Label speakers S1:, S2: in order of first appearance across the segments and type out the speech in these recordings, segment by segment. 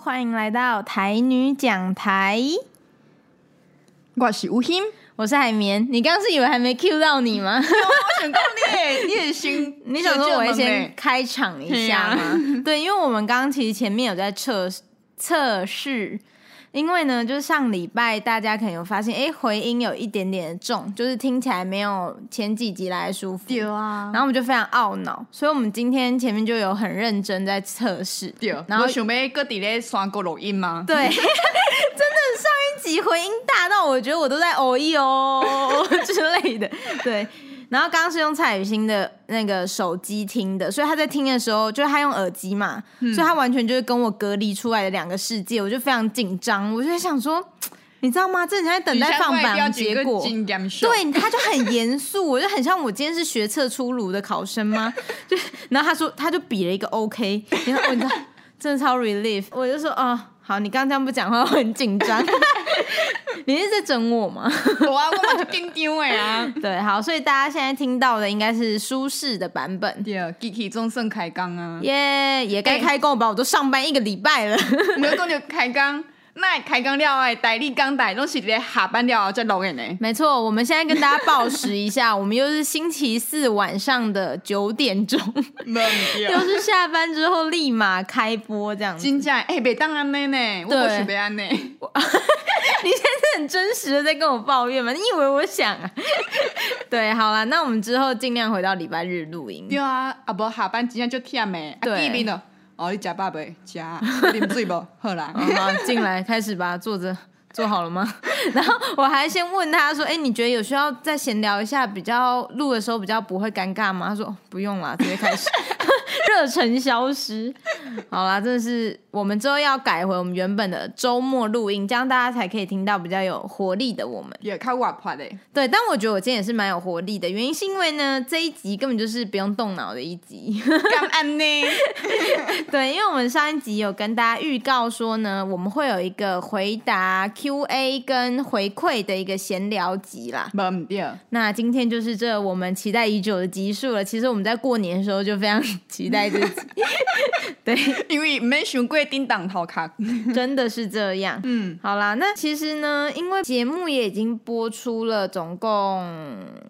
S1: 欢迎来到台女讲台，
S2: 我是吴昕，
S1: 我是海绵。你刚刚是以为还没 Q 到你吗？
S2: 我想讲 你，你很新，
S1: 你想说我会先开场一下吗？
S2: 啊
S1: 对，因为我们刚刚其实前面有在测测试，因为呢，就是上礼拜大家可能有发现，哎，回音有一点点重，就是听起来没有前几集来的舒服。
S2: 对啊
S1: 然，后我们就非常懊恼，所以我们今天前面就有很认真在测试。
S2: 对，
S1: 然
S2: 然
S1: 后
S2: 后想要搁伫咧山谷录音吗？
S1: 对， 真的上一集回音大到我觉得我都在哦一哦之类的，对。然后刚刚是用蔡雨欣的那个手机听的，所以他在听的时候，就是他用耳机嘛，所以他完全就是跟我隔离出来的两个世界，我就非常紧张，我就在想说，你知道吗？这人在等待放榜结果，
S2: 经验秀，
S1: 对，他就很严肃， 我就很像我今天是学测出炉的考生吗？ 就是，然后他说，他就比了一个 OK，然后我知道真的超 relief，我就说哦，好，你刚刚这样不讲话，我很紧张。 你是在整我吗？
S2: 我啊，我嘛就紧张诶啊。
S1: 对，好，所以大家现在听到的应该是舒适的版本，
S2: 对，机器总算开工啊！
S1: 耶、 也该开工了吧？我都上班一个礼拜了。
S2: 我们讲着开工，那开工了诶，代理讲代拢是伫咧下班了后才录诶呢。
S1: 没错，我们现在跟大家报时一下，我们又是星期四晚上的九点钟，
S2: 没
S1: 又是下班之后立马开播这样子。
S2: 真正诶，袂当安尼呢，我
S1: 对
S2: 不是袂安尼。
S1: 你现在是很真实的在跟我抱怨吗？你以为我想啊？ 对，好啦，那我们之后尽量回到礼拜日录音
S2: 对。啊，啊无下班真正足忝诶，啊
S1: 对
S2: 见面咯。哦，你食饱未？食，要啉水无？好啦。
S1: 嗯好，进来开始吧，坐着。坐好了吗？ 然后我还先问他说：“哎、你觉得有需要再闲聊一下，比较录的时候比较不会尴尬吗？”他说：“哦不用啦，直接开始。” 热忱消失。好啦，真的是我们之后要改回我们原本的周末录音，这样大家才可以听到比较有活力的我们。
S2: 也较活泼的，
S1: 对，但我觉得我今天也是蛮有活力的，原因是因为呢，这一集根本就是不用动脑的一集。
S2: 感恩呢。
S1: 对，因为我们上一集有跟大家预告说呢，我们会有一个回答 Q&A 跟回馈的一个闲聊集啦。
S2: 无毋对，
S1: 那今天就是这我们期待已久的集数了。其实我们在过年的时候就非常 期待这集，对，
S2: 因为毋免想过叮当头壳。
S1: 真的是这样。
S2: 嗯，
S1: 好啦，那其实呢，因为节目也已经播出了，总共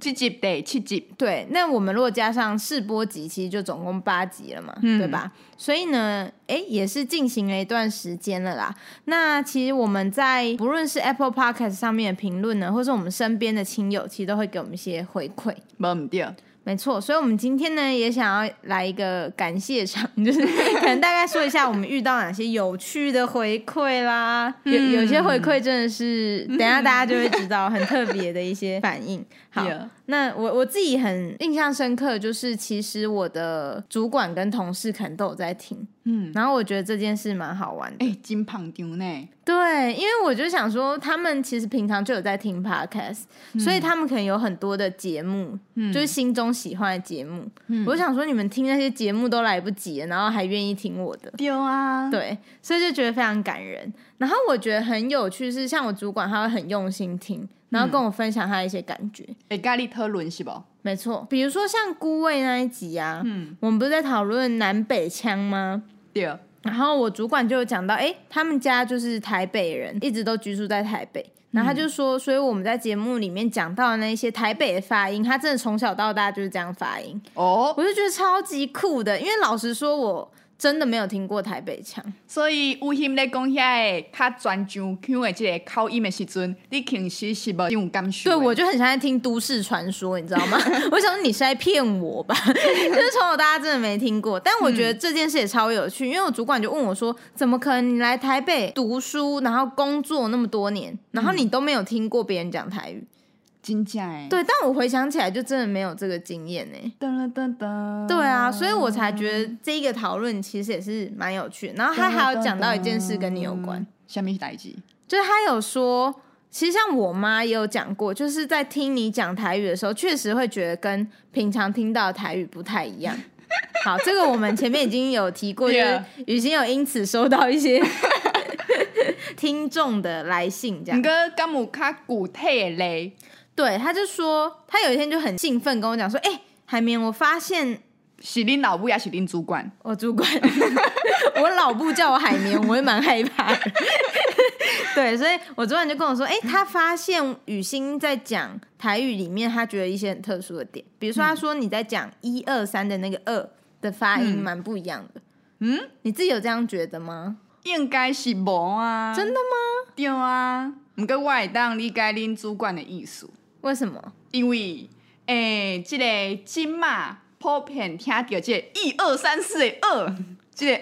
S2: 七集第七集，
S1: 对，那我们如果加上试播集，其实就总共八集了嘛，
S2: 嗯
S1: 对吧？所以呢，诶，也是进行了一段时间了啦。那其实我们在不论是 Apple Podcast 上面的评论呢，或是我们身边的亲友，其实都会给我们一些回馈。
S2: 无毋对，
S1: 没错，所以我们今天呢，也想要来一个感谢场，就是可能大概说一下我们遇到哪些有趣的回馈啦。有有些回馈真的是，等一下大家就会知道很特别的一些反应。好
S2: Yeah
S1: 那我我自己很印象深刻，就是其实我的主管跟同事可能都有在听，
S2: 嗯，
S1: 然后我觉得这件事蛮好玩的。
S2: 哎、真捧场呢，
S1: 对，因为我就想说，他们其实平常就有在听 podcast，、所以他们可能有很多的节目，就是心中喜欢的节目。我就想说，你们听那些节目都来不及了，然后还愿意听我的，
S2: 对啊，
S1: 对，所以就觉得非常感人。然后我觉得很有趣是，像我主管他会很用心听，然后跟我分享他的一些感觉。
S2: 会甲你讨论是无？
S1: 没错，比如说像孤味那一集啊，
S2: 嗯，
S1: 我们不是在讨论南北腔吗？
S2: 对，
S1: 然后我主管就有讲到，诶，他们家就是台北人，一直都居住在台北。然后他就说，所以我们在节目里面讲到的那一些台北的发音，他真的从小到大就是这样发音，
S2: 哦，
S1: 我就觉得超级酷的。因为老实说，我真的没有听过台北腔，
S2: 所以有心咧讲遐个较专上腔的即个口音的时阵，你其实是无有感受
S1: 对
S2: 的。
S1: 我就很像在听都市传说，你知道吗？我想说你是在骗我吧，就是从小大家真的没听过。但我觉得这件事也超有趣，因为我主管就问我说：“怎么可能你来台北读书，然后工作那么多年，然后你都没有听过别人讲台语？”
S2: 真正诶，
S1: 对，但我回想起来，就真的没有这个经验呢、
S2: 噔噔噔噔，
S1: 对啊，所以我才觉得这一个讨论其实也是蛮有趣的。然后他还有讲到一件事跟你有关，，
S2: 什物代志？
S1: 就是他有说，其实像我妈也有讲过，就是在听你讲台语的时候，确实会觉得跟平常听到的台语不太一样。 好，这个我们前面已经有提过，就是雨欣有因此收到一些 听众的来信，这样
S2: 毋。过敢有较具体的咧？
S1: 对，他就说他有一天就很兴奋跟我讲说：“哎、海绵，我发现
S2: 是恁老母也是恁主管？
S1: 我主管， 我老部叫我海绵，我会蛮害怕的。 对，所以我主管就跟我说，哎、他发现雨欣在讲台语里面，他觉得一些很特殊的点，比如说他说你在讲一二三的那个二的发音蛮不一样的。
S2: 嗯，
S1: 你自己有这样觉得吗？
S2: 应该是无啊，
S1: 真的吗？
S2: 对啊。毋过我会当理解恁主管的意思，
S1: 为什么？
S2: 因为诶，即、个金嘛普遍听到即个一二三四的二，即、个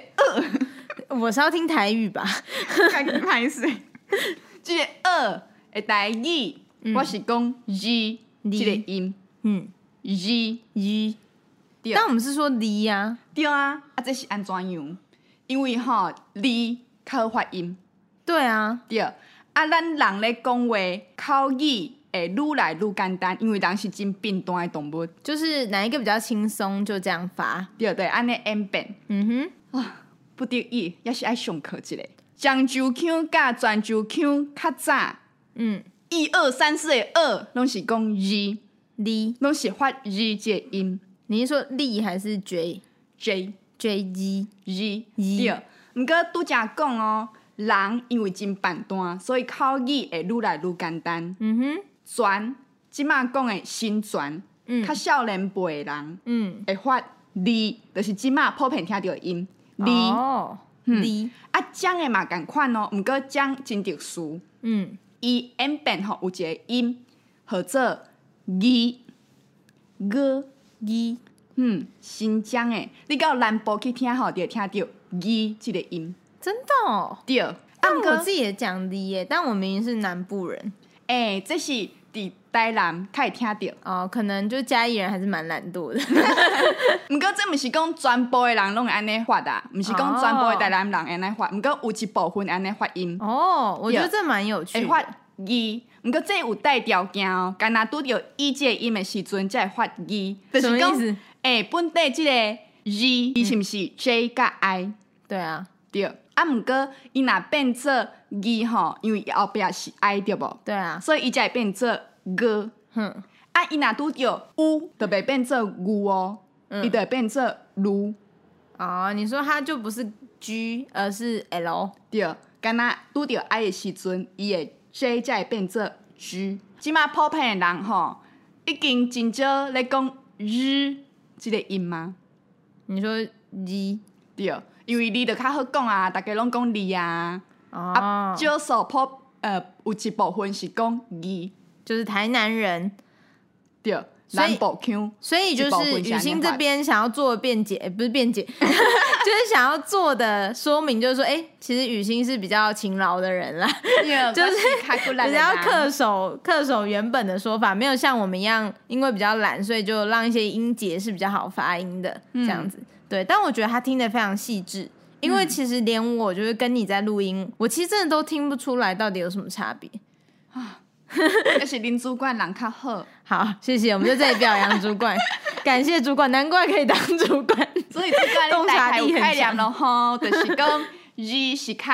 S1: 我是要听台语吧？
S2: 较歹势。 即个二的台语，我是讲 g 即个音
S1: 嗯，
S2: g
S1: 一，
S2: 对
S1: 但我们是说离呀、
S2: 对啊，啊这是安怎样？因为吼你较好发音
S1: 对啊，
S2: 对，啊咱人咧讲话口语会愈来愈简单，因为人是真变动的动物，
S1: 就是哪一个比较轻松就这样发。
S2: 对对，安尼演变
S1: 嗯哼，
S2: 不得已也是爱上课一个。漳州腔甲泉州腔较早
S1: 嗯，
S2: 一二三四的二拢是讲 g，
S1: 离，
S2: 拢是发 g 这个音。
S1: 你是说力还是 J
S2: J
S1: J G？
S2: G
S1: 一
S2: 对，毋过拄则讲哦，人因为真笨蛋，所以口语会愈来愈简单。
S1: 嗯哼，
S2: 全即马讲的新全，
S1: 嗯
S2: 较少年辈的人
S1: 嗯，
S2: 会发字，就是即马普遍听到的音字。
S1: 哦，离，
S2: 啊，讲的嘛共款哦，毋过讲真特殊，
S1: 嗯，
S2: 伊演变吼有一个音，或者字个。
S1: 一，
S2: 嗯，新疆诶，你到南部去听吼，就会听到“伊”即个音。
S1: 真的哦。
S2: 对，啊，
S1: 但
S2: 毋
S1: 我
S2: 过
S1: 自己也讲离耶，但我明明是南部人
S2: 诶，这是伫台南较会听到。
S1: 哦，可能就嘉义人还是蛮懒惰的。
S2: 毋过这毋是讲全部诶人拢会安尼发啊，毋是讲全部诶台南人会安尼发，毋过有一部分安尼发音，
S1: 哦，我觉得
S2: 对
S1: 这蛮有趣
S2: 会
S1: 的。
S2: 发“伊”。毋过这有带条件哦，干若拄着“伊”即个音诶时阵，才会发“伊”。就
S1: 什么
S2: 是
S1: 意
S2: 讲，
S1: 思？
S2: 诶，本地即个“伊”，伊是毋是 J 甲 I？
S1: 对啊，
S2: 对，啊，毋过伊若变做伊吼，因为后壁是 I 对无，
S1: 对啊，
S2: 所以伊才会变做个。
S1: 哼，
S2: 啊，伊若拄着乌，就袂变做牛哦，伊、
S1: 嗯
S2: 就会变做牛。
S1: 哦，你说它就不是 G，而是 L。
S2: 对，敢若拄着 I 的时阵，伊的 J 才会变做 G。即马普遍的人吼，已经真少咧讲日即个音嘛。
S1: 你说 G
S2: 对，因为你就较好讲啊，大家拢讲你啊。
S1: 哦，
S2: 少数普呃有一部分是讲伊，
S1: 就是台南人，
S2: 对，
S1: 所以
S2: 南部 腔。
S1: 所以就
S2: 去保护
S1: 是
S2: 一下
S1: 雨欣这边想要做的辩解，诶不是辩解，就是想要做的说明，就是说，哎、其实雨欣是比较勤劳的人啦，就是
S2: 开出来
S1: 比较恪守恪守原本的说法，没有像我们一样，因为比较懒，所以就让一些音节是比较好发音的、
S2: 嗯
S1: 这样子。对，但我觉得他听得非常细致，因为其实连我就是跟你在录音，我其实真的都听不出来到底有什么差别。
S2: 而是恁主管人较好，
S1: 好，谢谢，我们就这里表扬主管，感谢主管，难怪可以当主管。
S2: 所 以这个
S1: 洞察
S2: 大
S1: 力
S2: 概有
S1: 很
S2: 概
S1: 强
S2: 念咯吼，就是讲伊是较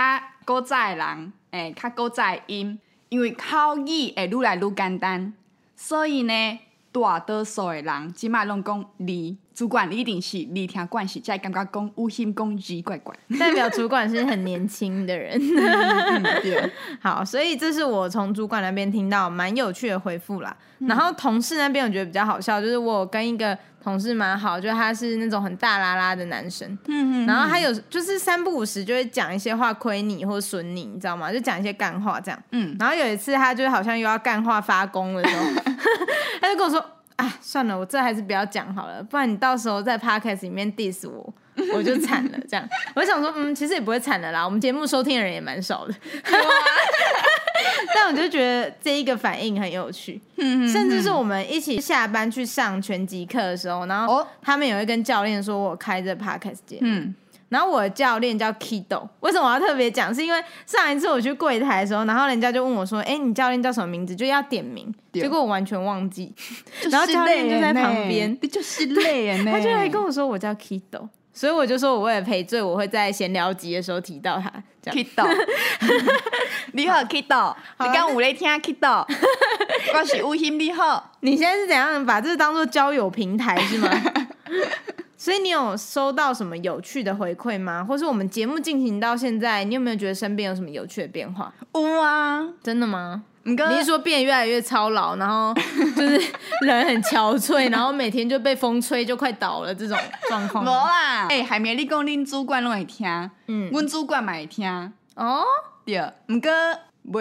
S2: 古早的人，诶、较古早的音，因为口语会愈来愈简单，所以呢，大多数的人即摆拢讲字，主管你一定是字听惯是，才会感觉讲有心讲字怪怪。
S1: 代表主管是很年轻的人。
S2: 嗯，对，
S1: 好，所以这是我从主管那边听到蛮有趣的回复啦。
S2: 嗯
S1: 然后同事那边我觉得比较好笑，就是我有跟一个同事蛮好，就他是那种很大拉拉的男生，
S2: 嗯
S1: 然后他有就是三不五时就会讲一些话亏你或损你，你知道吗？就讲一些干话这样。
S2: 嗯，
S1: 然后有一次他就好像又要干话发功的 时候，他就跟我说：“啊，算了，我这还是不要讲好了，不然你到时候在 podcast 里面 diss 我。”我就惨了，这 样。我想说，嗯，其实也不会惨了啦，我们节目收听的人也蛮少的。 但我就觉得这一个反应很有趣，
S2: 嗯
S1: 甚至是我们一起下班去上拳击课的时候，然后
S2: 哦
S1: 他们也会跟教练说我开着 podcast 节目，
S2: 嗯，
S1: 然后我的教练叫 Kido，为什么我要特别讲？是因为上一次我去柜台的时候，然后人家就问我说：“哎、你教练叫什么名字？”就要点名，
S2: 对
S1: 结果我完全忘记，然后教练就在旁边，
S2: 你就是累耶呢，
S1: 他就来跟我说我叫 Kido，所以我就说我为了赔罪，我会在闲聊集的时候提到他。这样
S2: Kido，你好 Kido，你敢有咧听 Kido？我 是吴昕，你好。
S1: 你现在是怎样把这当做交友平台是吗？所以你有收到什么有趣的回馈吗？或是我们节目进行到现在，你有没有觉得身边有什么有趣的变化？
S2: 有啊，
S1: 真的吗？
S2: 毋过
S1: 你是说变得越来越操劳，然后 就是人很憔 悴，然后每天就被风吹就快倒了这种状况
S2: 无
S1: 吗？
S2: 啦。诶、哎海绵，你讲恁主管拢会听，
S1: 啊嗯，
S2: 阮主管嘛会听，
S1: 哦，
S2: 对。毋过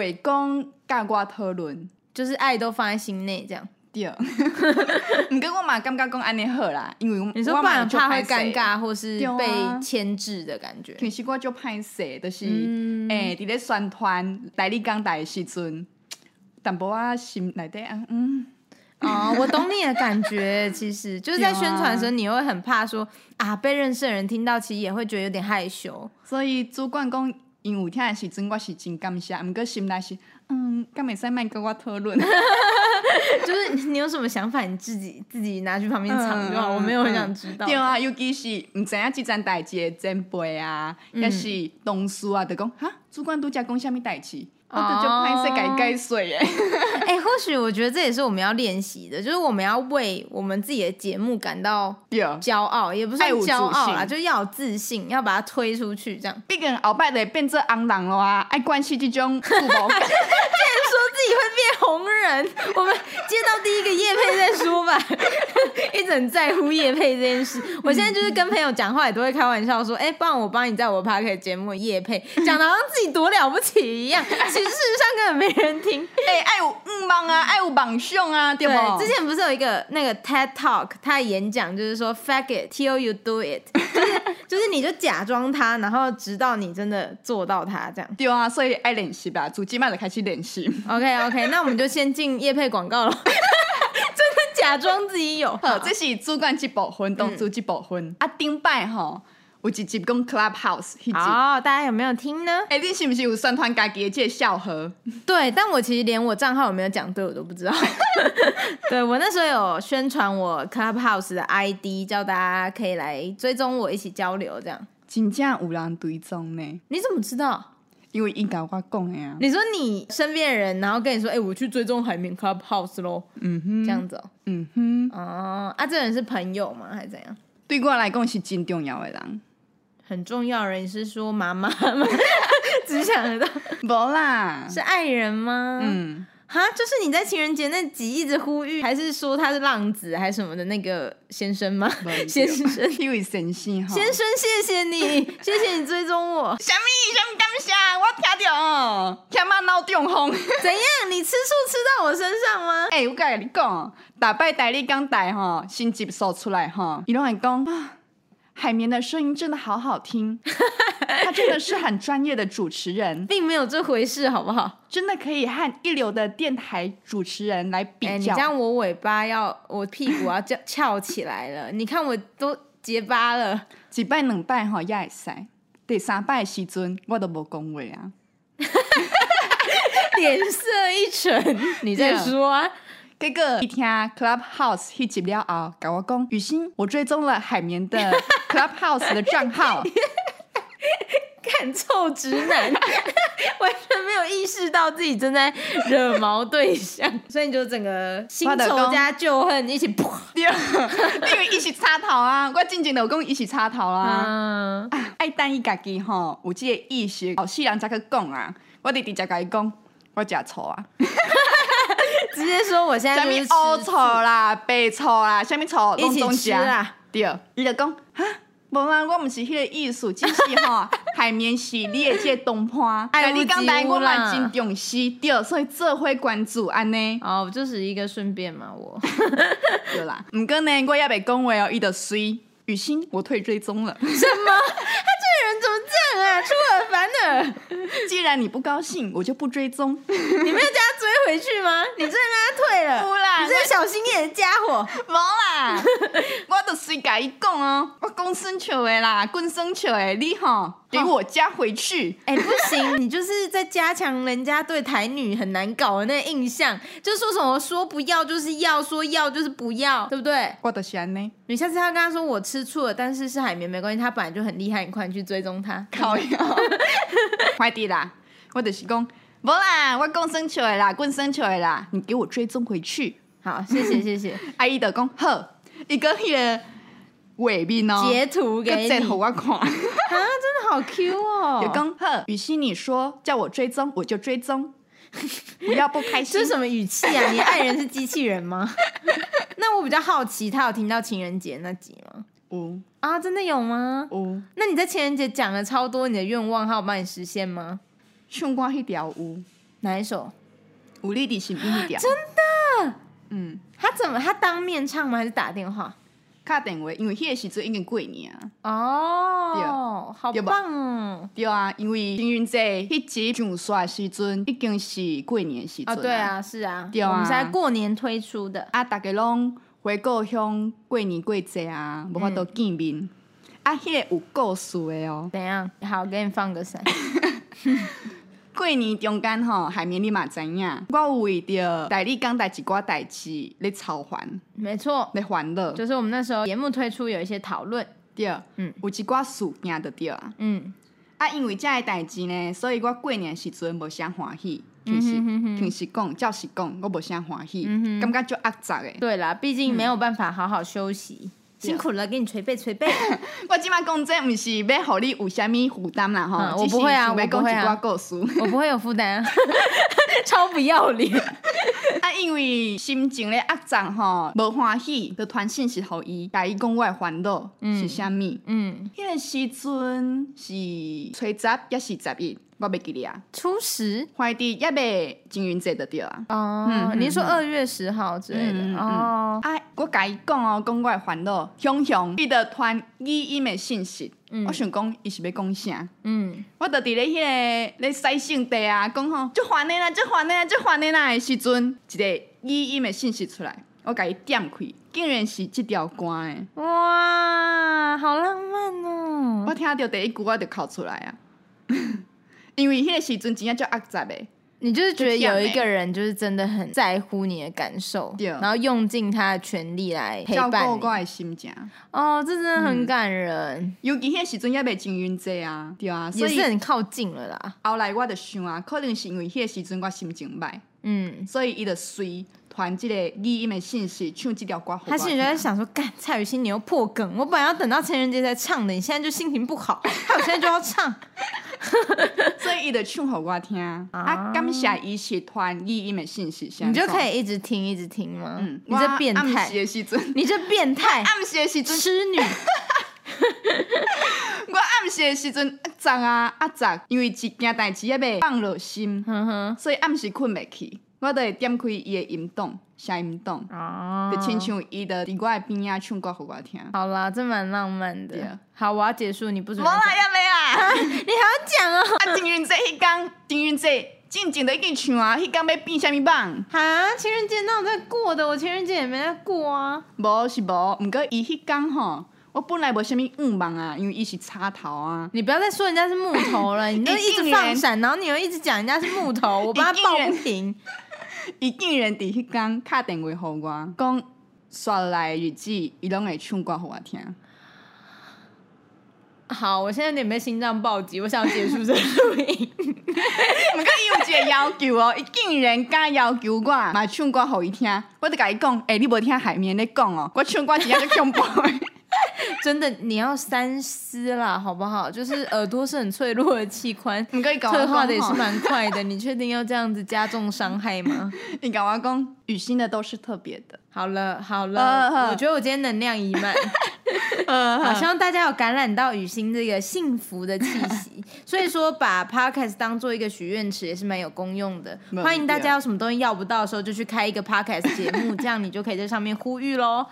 S2: 袂讲甲我讨论，
S1: 就是爱都放在心内这样。
S2: 对。毋过我嘛感觉讲安尼好啦，因为我
S1: 你说
S2: 我
S1: 不
S2: 嘛
S1: 然
S2: 就
S1: 怕会
S2: 歹
S1: 尴。
S2: 势
S1: 尬或是
S2: 对啊
S1: 被牵制的感觉。
S2: 其实我就歹势，就是
S1: 嗯
S2: 诶，伫咧宣传代理讲台的时阵，淡薄仔心内底啊，嗯，
S1: 哦，我懂你的感 觉，其实啊就是在宣传的时候，你会很怕说啊，被认识的人听到，其实也会觉得有点害羞。
S2: 所以主管讲因有听的时阵，我是真感谢，毋过心内是嗯，敢袂使莫跟我讨论。
S1: 就是你有什么想法，你自己自己拿去旁边藏就好，
S2: 嗯
S1: 我没有很想知道。
S2: 对啊，尤其是毋知影即件代志的前辈啊，
S1: 嗯
S2: 也是同事啊，就讲哈，主管拄则讲啥物代志，我
S1: 哦
S2: 就就歹势家己解释诶。
S1: 哎、或许我觉得这也是我们要练习的，就是我们要为我们自己的节目感到
S2: 对，
S1: 骄傲，也不算
S2: 爱有自
S1: 骄傲啦，
S2: 信
S1: 就是要有自信，要把它推出去，这样
S2: 毕竟后摆就会变做红人咯啊，爱关系即种 互 无。
S1: 说自己会变红人。我们接到第一个叶配再说吧， 一直很在乎叶配这件事。我现在就是跟朋友讲话也都会开玩笑说，哎、不然我帮你在我 p o d c a s t 节目叶配，讲的好像自己多了不起一样，其实事实上根本没人听。
S2: 诶，哎爱有愿望
S1: 嗯
S2: 啊，爱有梦想啊，对无？
S1: 之前不是有一个那个 TED Talk，他的演讲就是说 “fake it till you do it”，就是 就是你就假装它，然后直到你真的做到它这样。
S2: 对啊，所以爱练习吧，从即摆就开始练习。
S1: OK OK，那我们就先进叶配广告了， 真的假装自己有。
S2: 好，这是主管即部分，同事即部分。
S1: 嗯
S2: 啊，顶摆吼有一集讲 Clubhouse 迄集，
S1: 好，哦大家有没有听呢？
S2: 诶，你是毋是有宣传家己的即个校号？
S1: 对，但我其实连我账号有没有讲对我都不知道。 对我那时候有宣传我 Clubhouse 的 ID，叫大家可以来追踪我，一起交流这样。
S2: 真正有人追踪呢，
S1: 你怎么知道？
S2: 因为伊甲我讲的啊。
S1: 你说你身边的人，然后跟你说，哎、我去追踪海绵 Clubhouse 咯，
S2: 嗯哼，
S1: 这样子哦。
S2: 嗯哼，
S1: 哦，啊，这人是朋友吗？还是怎样？
S2: 对我来讲是真重要的人。
S1: 很重要的人，你是说妈妈吗？ 只想得到
S2: 无啦，
S1: 是爱人吗？，
S2: 嗯，
S1: 哈，就是你在情人节那集一直呼吁，还是说他是浪子还是什么的那个先生吗？先生，先
S2: 迄位先生吼。
S1: 生，谢谢 你，谢谢你追踪我。
S2: 什么什么感谢？我听着哦，欠啊脑中风。 欸
S1: 怎样？你吃素吃到我身上吗？
S2: 诶、我甲你讲，大拜代理讲台吼，新集数出来吼，伊拢会讲啊，海绵的声音真的好 好听，他真的是很专业的主持人，
S1: 并没有这回事，好不好？
S2: 真的可以和一流的电台主持人来比
S1: 哎、你
S2: 较。
S1: 这样我尾巴要，我屁股要翘翘起来了。你看我都结巴了，
S2: 一摆两摆吼也会使，第三摆的时阵我都无讲话啊。
S1: 脸色一 沉。 你在说啊？
S2: 结果一听 Clubhouse 迄集了后，甲我讲雨欣，我追踪了海绵 的 Clubhouse 的账号，
S1: 看臭直男，完全没有意识到自己正在惹毛对象，所以你就整个新
S2: 我就
S1: 仇
S2: 讲
S1: 加旧恨一起噗。
S2: 对，因为伊是插头啊，我进前就有讲伊是插头啊。
S1: 嗯，
S2: 爱等伊家己吼有即个意识，后世人才去讲啊。我直直接甲伊讲，我食醋啊，
S1: 直接说哎我现在
S2: 啥物
S1: 就是
S2: 乌
S1: 吃
S2: 醋啦、白醋啦，啥物醋
S1: 一
S2: 拢
S1: 起
S2: 总
S1: 吃
S2: 食。
S1: 啊。
S2: 对，伊就讲哈，无啊，我毋是迄个意思，只是吼海绵是你的即个同伴，
S1: 哎
S2: 但你讲来
S1: 有
S2: 我
S1: 啦
S2: 嘛真重视，对，所以做伙关注安 尼，
S1: 哦，我就是一个顺便嘛， 我
S2: 对啦。毋过呢，我也袂讲话哦，伊就随雨欣，我退追踪了。
S1: 什么？他这个人怎么这样啊？出尔反尔。
S2: 既然你不高兴，我就不追踪。
S1: 你没有叫他追回去吗？你真的让他退了？
S2: 不啦
S1: 你这个小心眼的家伙！
S2: 无啦，我就随甲伊讲哦，我讲生笑的啦，讲生笑的，你吼给我加回去。
S1: 哎、不行，你就是在加强人家对台女很难搞的那个印象，就说什么说不要就是要，说要就是不要，对不对？
S2: 我就是安尼，
S1: 你下次要跟他说我吃醋了，但是是海绵没关系，他本来就很厉害，你快点去追踪他。
S2: 靠腰， 快点啦！我就是讲，无啦，我讲生笑的啦，讲生笑的啦，你给我追踪回去。
S1: 好，谢谢谢谢。
S2: 啊，伊就讲好，伊讲迄个画面哦，
S1: 截图给
S2: 佮截
S1: 你
S2: 给我看。
S1: 啊，真的好 Q 哦！
S2: 有刚呵，与其你说叫我追踪，我就追踪，不要不开
S1: 这
S2: 心
S1: 是。什么语气啊？你的爱人是机器人吗？ 那我比较好奇，他有听到情人节那集吗？
S2: 呜
S1: 啊，真的有吗？
S2: 呜，
S1: 那你在情人节讲了超多你的愿望，他有帮你实现吗？
S2: 唱歌迄条有，
S1: 哪一首？
S2: 有你伫身边迄条。真的？嗯，
S1: 他怎么？他当面唱吗？还是打电话？
S2: 敲电话，因为迄个时阵已经过年啊。
S1: 哦，好
S2: 对吧
S1: 棒哦！
S2: 对啊，因为情人节迄集上线的时阵已经是过年的时
S1: 啊，
S2: 阵
S1: 对。啊，是啊，
S2: 对啊
S1: 我们是在过年推出的。
S2: 啊，逐个拢回故乡过年过节啊，无法度
S1: 嗯
S2: 见面。啊，迄、个有故事的哦。
S1: 怎样？好，给你放个伞。
S2: 过年中间吼，海绵你嘛知影，我有为着代理讲代一寡代志咧操烦，
S1: 没错，
S2: 咧烦恼。
S1: 就是我们那时候节目推出有一些讨论。
S2: 对，
S1: 嗯
S2: 有一寡事件就对啊。
S1: 嗯，
S2: 啊，因为遮个代志呢，所以我过年的时阵无啥欢喜，挺是
S1: 嗯哼哼哼
S2: 挺是讲，照实讲，我无啥欢喜，
S1: 嗯哼
S2: 感觉足压杂的。
S1: 对啦，毕竟没有办法好好休息，辛苦了，给你捶背捶背。
S2: 我即摆讲这毋是要互你有啥物负担啦吼，
S1: 嗯
S2: 只
S1: 我
S2: 是
S1: 不会啊
S2: 想要
S1: 我不会啊
S2: 讲一寡故 事。
S1: 我不会有负担、啊， 超不要脸。
S2: 啊，因为心情咧压涨吼，无欢喜，就传信息互伊，甲伊讲我的烦恼、是啥物。迄、
S1: 嗯，
S2: 个时阵是初十，也是十一，我袂记咧啊。
S1: 初十
S2: 怀伫也袂情人节就对啊。
S1: 哦，
S2: 嗯
S1: 你是说二月十号之类的、
S2: 嗯嗯嗯
S1: 哦，
S2: 啊，我甲伊讲哦，讲我的烦恼，雄雄伊就传语音的信息。
S1: 嗯
S2: 我想讲伊是要讲啥？
S1: 嗯，
S2: 我就伫咧迄个咧使性地啊，讲吼，足烦的啦，足烦的啦，足烦的啦的时阵，一个语音的信息出来，我甲伊点开，竟然是即条歌诶！
S1: 哇，好浪漫哦，
S2: 我听到第一句我就哭出来啊， 因为迄个时阵真正足压杂的，
S1: 你就是觉得有一个人就是真的很在乎你的感受，
S2: 对
S1: 然后用尽他的全力来陪
S2: 照
S1: 伴
S2: 顾
S1: 你
S2: 我，的心情。
S1: 哦，这真的很感人，
S2: 尤其迄个时阵也袂情人节啊，对啊，
S1: 也
S2: 所以
S1: 是很靠近了啦，
S2: 后来我就想啊，可能是因为迄个时阵我心情歹，
S1: 嗯。
S2: 所以伊就随传即个语音的信息唱即条歌互
S1: 他
S2: 我
S1: 心
S2: 听。
S1: 里就在想说：“干，蔡雨欣，你又破梗！我本来要等到情人节才唱的，你现在就心情不 好，害我现在就要唱。”
S2: 所以伊就唱互我听，啊，感谢伊是传语音的信息，
S1: 你就可
S2: 以，
S1: 以一直听，一直听吗？
S2: 嗯，
S1: 你这变
S2: 我暗时
S1: 态，
S2: 的时阵，
S1: 你这变态
S2: 暗时的时阵，
S1: 痴女，
S2: 我暗时的时阵压杂啊压杂，因为一件代志也袂放落心，
S1: 哼哼，
S2: 所以暗时困袂去，我就会点开伊的音档，声音档，
S1: 哦
S2: 就亲像伊的伫我的边仔唱歌互我听。
S1: 好啦，这蛮浪漫的。
S2: 对啊
S1: 好，我要结束，你不
S2: 无
S1: 准
S2: 啦，
S1: 再
S2: 也袂啊。
S1: 讲你还要讲哦。
S2: 啊，情人节迄天，情人节进前就已经唱啊，迄天要变啥物榜？
S1: 啊，情人节那我在过的，我情人节也没在过啊。
S2: 无是无，毋过伊迄天吼，我本来无啥物愿望啊，因为伊是插头啊。
S1: 你不要再说人家是木头了， 你就
S2: 你
S1: 一
S2: 竟
S1: 直
S2: 然
S1: 放闪，然后你又一直讲人家是木 头，我把他
S2: 你竟
S1: 抱
S2: 然
S1: 不平。
S2: 伊竟然伫迄天敲电话互我，讲刷来的日子，伊拢会唱歌互我听。
S1: 好，我现在有点被心脏暴击，我想要结束这个录音。
S2: 毋过伊有一个要求哦，伊 竟然敢要求我嘛唱歌互伊听，我就甲伊讲，诶、你无听海绵咧讲哦，我唱歌真正足恐 怖的。
S1: 真的，你要三思啦，好不好？就是耳朵是很脆弱的器官，
S2: 毋过伊甲我
S1: 退
S2: 讲
S1: 化的也是
S2: 吼
S1: 蛮快的，你确定要这样子加重伤害吗？
S2: 伊甲我讲，雨欣的都是特别 的。
S1: 好了好
S2: 呃
S1: 了，我觉得我今天能量已满，
S2: 呃
S1: 好希望大家有感染到雨欣这个幸福的气 息。所以说，把 podcast 当做一个许愿池也是蛮有功用的。
S2: 没有
S1: 欢迎大
S2: 必要
S1: 家有什么东西要不到的时候，就去开一个 podcast 节目，这样你就可以在上面呼吁 喽。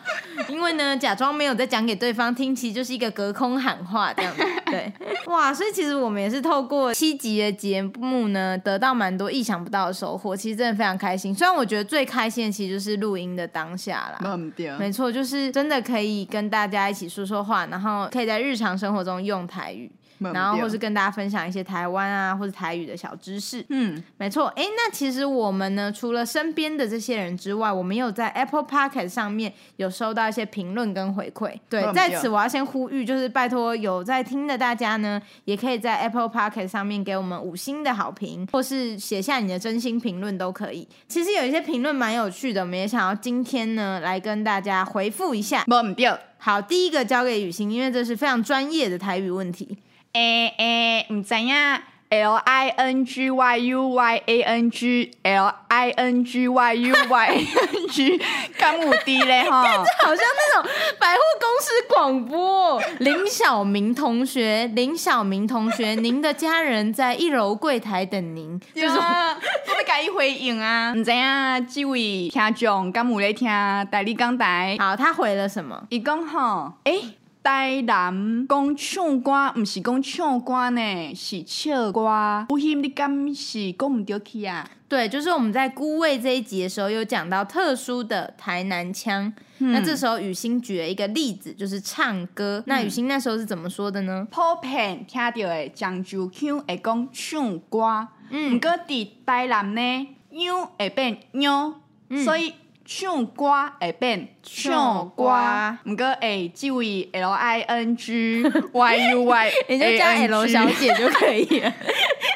S1: 因为呢，假装没有在讲给对方听，其实就是一个隔空喊话这 样子。对，哇，所以其实我们也是透过七集的节目呢，得到蛮多意想不到的收获。其实真的非常开心。虽然我觉得最开心的其实就是录音的当下啦。
S2: 无毋对，
S1: 没错，就是真的可以跟大家一起说说话，然后可以在日常生活中用台语。
S2: 没
S1: 然后
S2: 对
S1: 或是跟大家分享一些台湾啊或者台语的小知识。
S2: 嗯，
S1: 没错，哎，那其实我们呢，除了身边的这些人之外，我们也有在 Apple p o c k e t 上面有收到一些评论跟回馈。对
S2: 嗯，
S1: 在
S2: 对
S1: 此我要先呼吁，就是拜托有在听的大家呢，也可以在 Apple p o c k e t 上面给我们五星的好评，或是写下你的真心评论都可以。其实有一些评论蛮有趣的，我们也想要今天呢来跟大家回复一下。
S2: 无毋对，
S1: 好，第一个交给雨欣，因为这是非常专业的台语问题。
S2: 诶诶，毋知影 L I N G Y U Y A N G L I N G Y U Y A N G，敢有滴咧 吼？
S1: 好像那种百货公司广播。林小明同学，林小明同学，您的家人在一楼柜台等 您。
S2: 对啊，我要甲伊回应啊！毋知影即位听众敢有咧听代理讲台？
S1: 好，他回了什么？
S2: 伊讲吼，诶、台南讲唱歌，毋是讲唱歌呢，是笑歌。有翕你敢是讲毋对去啊？
S1: 对，就是我们在孤味这一集的时候有讲到特殊的台南腔。那这时候雨欣举了一个例子，就是唱歌。那雨欣那时候是怎么说的呢？
S2: 普遍听到的漳州腔会讲唱歌，
S1: 嗯
S2: 毋过伫台南呢，样会变样，所以唱歌会变唱歌
S1: 嗯唱。
S2: 毋过诶，即位 L I N G Y U Y，
S1: 你就加 L 小，姐就可以了。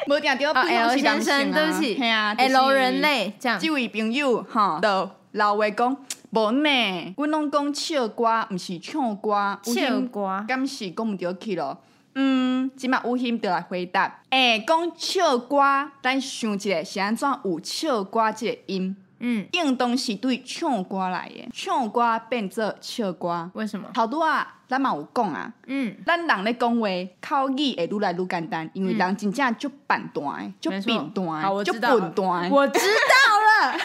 S2: 无定 着
S1: 哦，L 先生，对不起
S2: 嘿啊
S1: ，L 人。类这样
S2: 即。位朋友吼，就老话讲。无呢，阮拢讲唱歌，毋是唱歌，有
S1: 切
S2: 闲
S1: 瓜，
S2: 敢是讲毋对去咯。嗯，即马有心就来回答。诶、讲唱歌，咱想一下是安怎有唱歌即个音？
S1: 嗯，
S2: 应当是对唱歌来的，唱歌变做唱歌。
S1: 为什么？
S2: 头拄啊，咱嘛有讲啊，
S1: 嗯，
S2: 咱人咧讲话口语会愈来愈简单，因为人真正足笨蛋的，足
S1: 嗯没错
S2: 笨蛋
S1: 好，我
S2: 的，足
S1: 知道了
S2: 笨蛋的。
S1: 我知道了，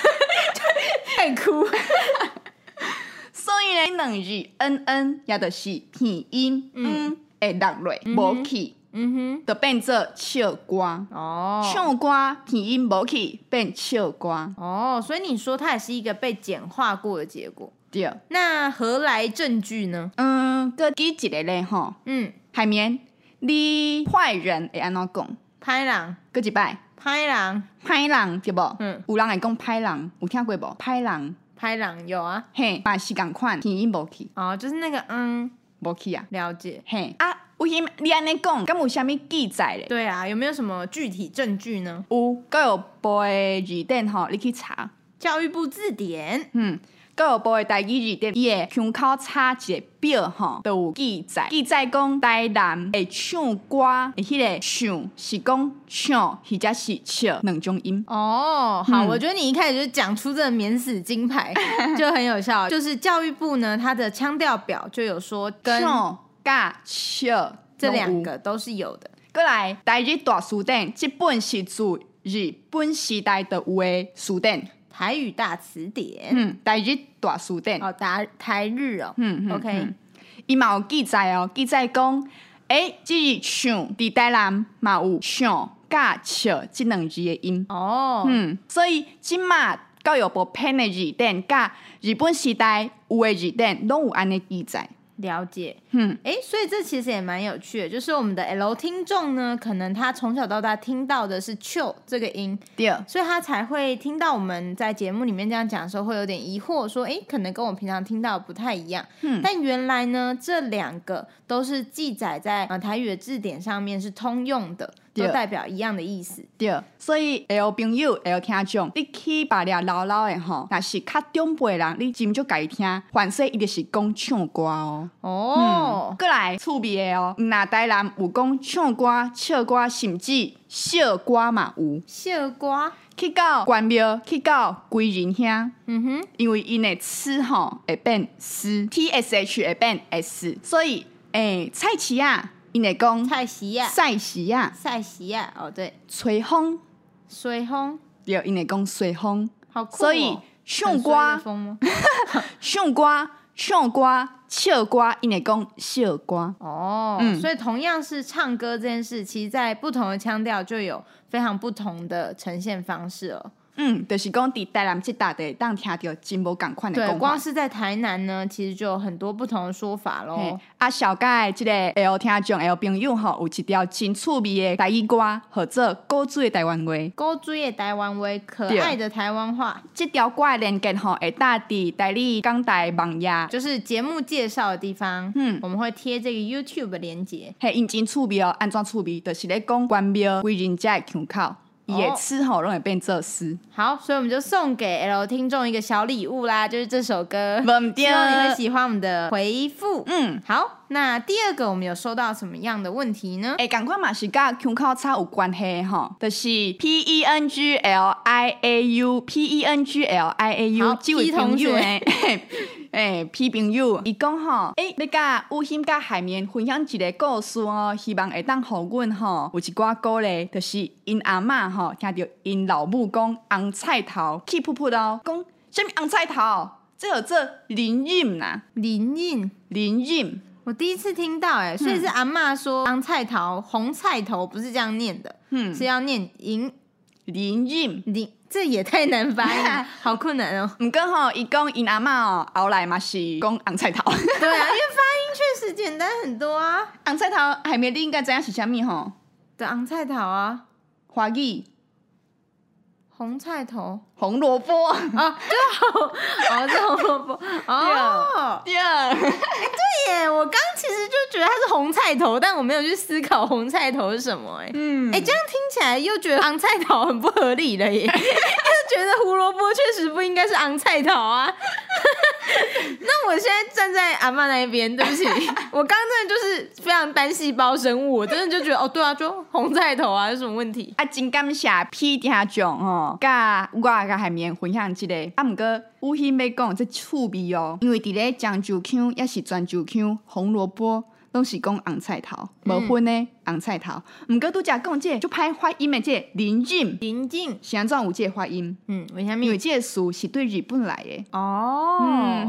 S1: 太哭。
S2: 所以咧，两字嗯嗯，也就是鼻音
S1: 嗯
S2: 嗯会落落无去，
S1: 嗯
S2: 就变做唱歌。
S1: 哼，哦，
S2: 唱歌鼻音无去变唱歌，
S1: 哦，所以你说它也是一个被简化过的结果。
S2: 对。
S1: 那何来证据呢？
S2: 嗯，搁记一个咧吼，
S1: 嗯，
S2: 海绵，你坏人会安怎讲？
S1: 拍狼，
S2: 搁一摆，
S1: 拍狼，
S2: 歹人对无？
S1: 嗯
S2: 有人会讲歹人，有听过无？歹人，
S1: 拍狼有啊。
S2: 嘿，嘛是共款，鼻音无去，
S1: 哦，就是那个嗯，
S2: 无去啊，
S1: 了解。
S2: 嘿。啊，为啥你安尼讲？敢有啥物记载咧？
S1: 对啊，有没有什么具体证据呢？
S2: 有，搁有部的字典吼，你去查。
S1: 教育部字典，
S2: 嗯，教育部的台语字典，伊的胸口插一个表吼，都有记载。记载讲台南会唱歌，的迄个唱是讲唱，或者是笑两种音。
S1: 哦，好，
S2: 嗯
S1: 我觉得你一开始就讲出这个免死金 牌就很有效。就是教育部呢，它的腔调表就有说跟
S2: 唱甲笑
S1: 这两。
S2: 拢有
S1: 个都是有的。
S2: 过来，台语大书典，即本是自日本时代的有的书典。
S1: 台语大词典，
S2: 嗯，台语大书典。
S1: 哦，台台日哦，
S2: 嗯嗯
S1: o k
S2: 嗯伊嘛有记载哦，记载讲，诶，即是唱伫台南嘛有唱甲笑即两字的音。
S1: 哦，
S2: 嗯，所以即马教育部编的字典，甲日本时代有的字典拢有安尼记载。
S1: 了解，
S2: 嗯，
S1: 诶，所以这其实也蛮有趣的，就是我们的 L 听众呢，可能他从小到大听到的是 “q” 这个音，
S2: 对，
S1: 所以他才会听到我们在节目里面这样讲的时候，会有点疑惑，说，诶，可能跟我平常听到的不太一样，
S2: 嗯
S1: 但原来呢，这两个都是记载在呃台语的字典上面是通用的，都
S2: 对
S1: 代表一样的意思，
S2: 对，所以会有朋友会有听众，你去别了老老的吼，若是较长辈的人，你真就家听，反正伊就是讲唱歌哦。
S1: 哦，
S2: 过来趣味的哦，毋若台南有讲唱歌、笑歌，甚至笑歌嘛有。
S1: 蟹瓜，
S2: 去到关庙，去到归仁遐，
S1: 嗯哼。
S2: 因为因的吃吼会变丝，T S H 会变 S，所以诶、菜市啊，因会讲
S1: 蔡徐亚，
S2: 菜市啊，
S1: 蔡徐亚，哦对，
S2: 吹风，
S1: 随风，
S2: 对，因会讲吹风，
S1: 好酷、哦。
S2: 所以
S1: 很
S2: 唱
S1: 随的
S2: 歌、
S1: 风吗？
S2: 唱歌、唱歌、笑歌，因会讲笑歌，
S1: 哦，
S2: 嗯
S1: 所以同样是唱歌这件事，其实在不同的腔调就有非常不同的呈现方式了。哦
S2: 嗯，就是讲伫台南即搭的，当听着真无共款的
S1: 对，
S2: 讲
S1: 光
S2: 法。
S1: 是在台南呢，其实就有很多不同的说法
S2: 嘿
S1: 喽。
S2: 啊，小盖即个 L 听众 L 朋友吼，有一条真趣味的台语歌，或者古锥的台湾话。
S1: 勾追的台湾味，可
S2: 对
S1: 爱的台湾话，
S2: 即条歌的连接吼，会搭伫台语讲台网页。
S1: 就是节目介绍的地方，
S2: 嗯
S1: 我们会贴这个 YouTube 的连接。
S2: 嘿，因真趣味哦，安怎趣味？就是咧讲关庙为人家的腔口，伊的
S1: 哦
S2: 词吼拢会变作诗。
S1: 好，所以我们就送给 L 听众一个小礼物啦，就是这首歌。
S2: 无毋对
S1: 希望你会喜欢我们的回复。
S2: 嗯，
S1: 好，那第二个我们有收到什么样的问题呢？
S2: 诶，共款嘛是甲腔口差有关系的吼，就是 P E N G L I A U P E N G L I A U
S1: 好
S2: 这位
S1: P
S2: 朋
S1: 同
S2: 友
S1: 学
S2: 诶， 诶 P 朋友，伊讲吼，诶，要甲有心甲海绵分享一个故事哦，希望会当互阮吼有一寡鼓励，就是因阿嬷吼听着因老母讲红菜头气噗噗咯，讲啥物红菜头，这叫做灵韵啦，
S1: 林印，
S2: 灵韵。
S1: 我第一次听到、哎，所以是阿嬷说昂菜头、红菜头不是这样念的，
S2: 嗯
S1: 是要念银
S2: 灵韵，
S1: 林，这也太难发音了，好困难哦。
S2: 毋过吼，伊讲因阿嬷哦，后来嘛是讲红菜头，
S1: 对啊，因为发音确实简单很多啊。
S2: 红菜头海绵你应该知影是啥物吼？
S1: 对，昂菜头啊，
S2: 花语
S1: 红菜头，
S2: 红萝卜，
S1: 哦，是红萝卜，哦，
S2: 对，哎、
S1: 对耶，我刚其实就觉得它是红菜头，但我没有去思考红菜头是什么，哎，
S2: 嗯
S1: 哎、这样听起来又觉得昂菜头很不合理了耶， 又觉得胡萝卜确实不应该是昂菜头啊。 那我现在站在阿妈那一边，对不 起，我刚真的就是非常单细胞生物，我真的就觉得哦，对啊，就红菜头啊，有什么问题？
S2: 啊，真感谢 P 听众吼，甲我甲海绵分享即、个。啊，毋过有兴要讲这趣味哦，因为伫咧漳州腔，也是泉州腔，红萝卜拢是讲红菜头，无分诶红菜头。毋过拄则讲即个就歹发音诶，即个林韵
S1: 林静，
S2: 是安怎有即个发音？
S1: 嗯，我下
S2: 因
S1: 面
S2: 为即个词是对日本来诶。
S1: 哦，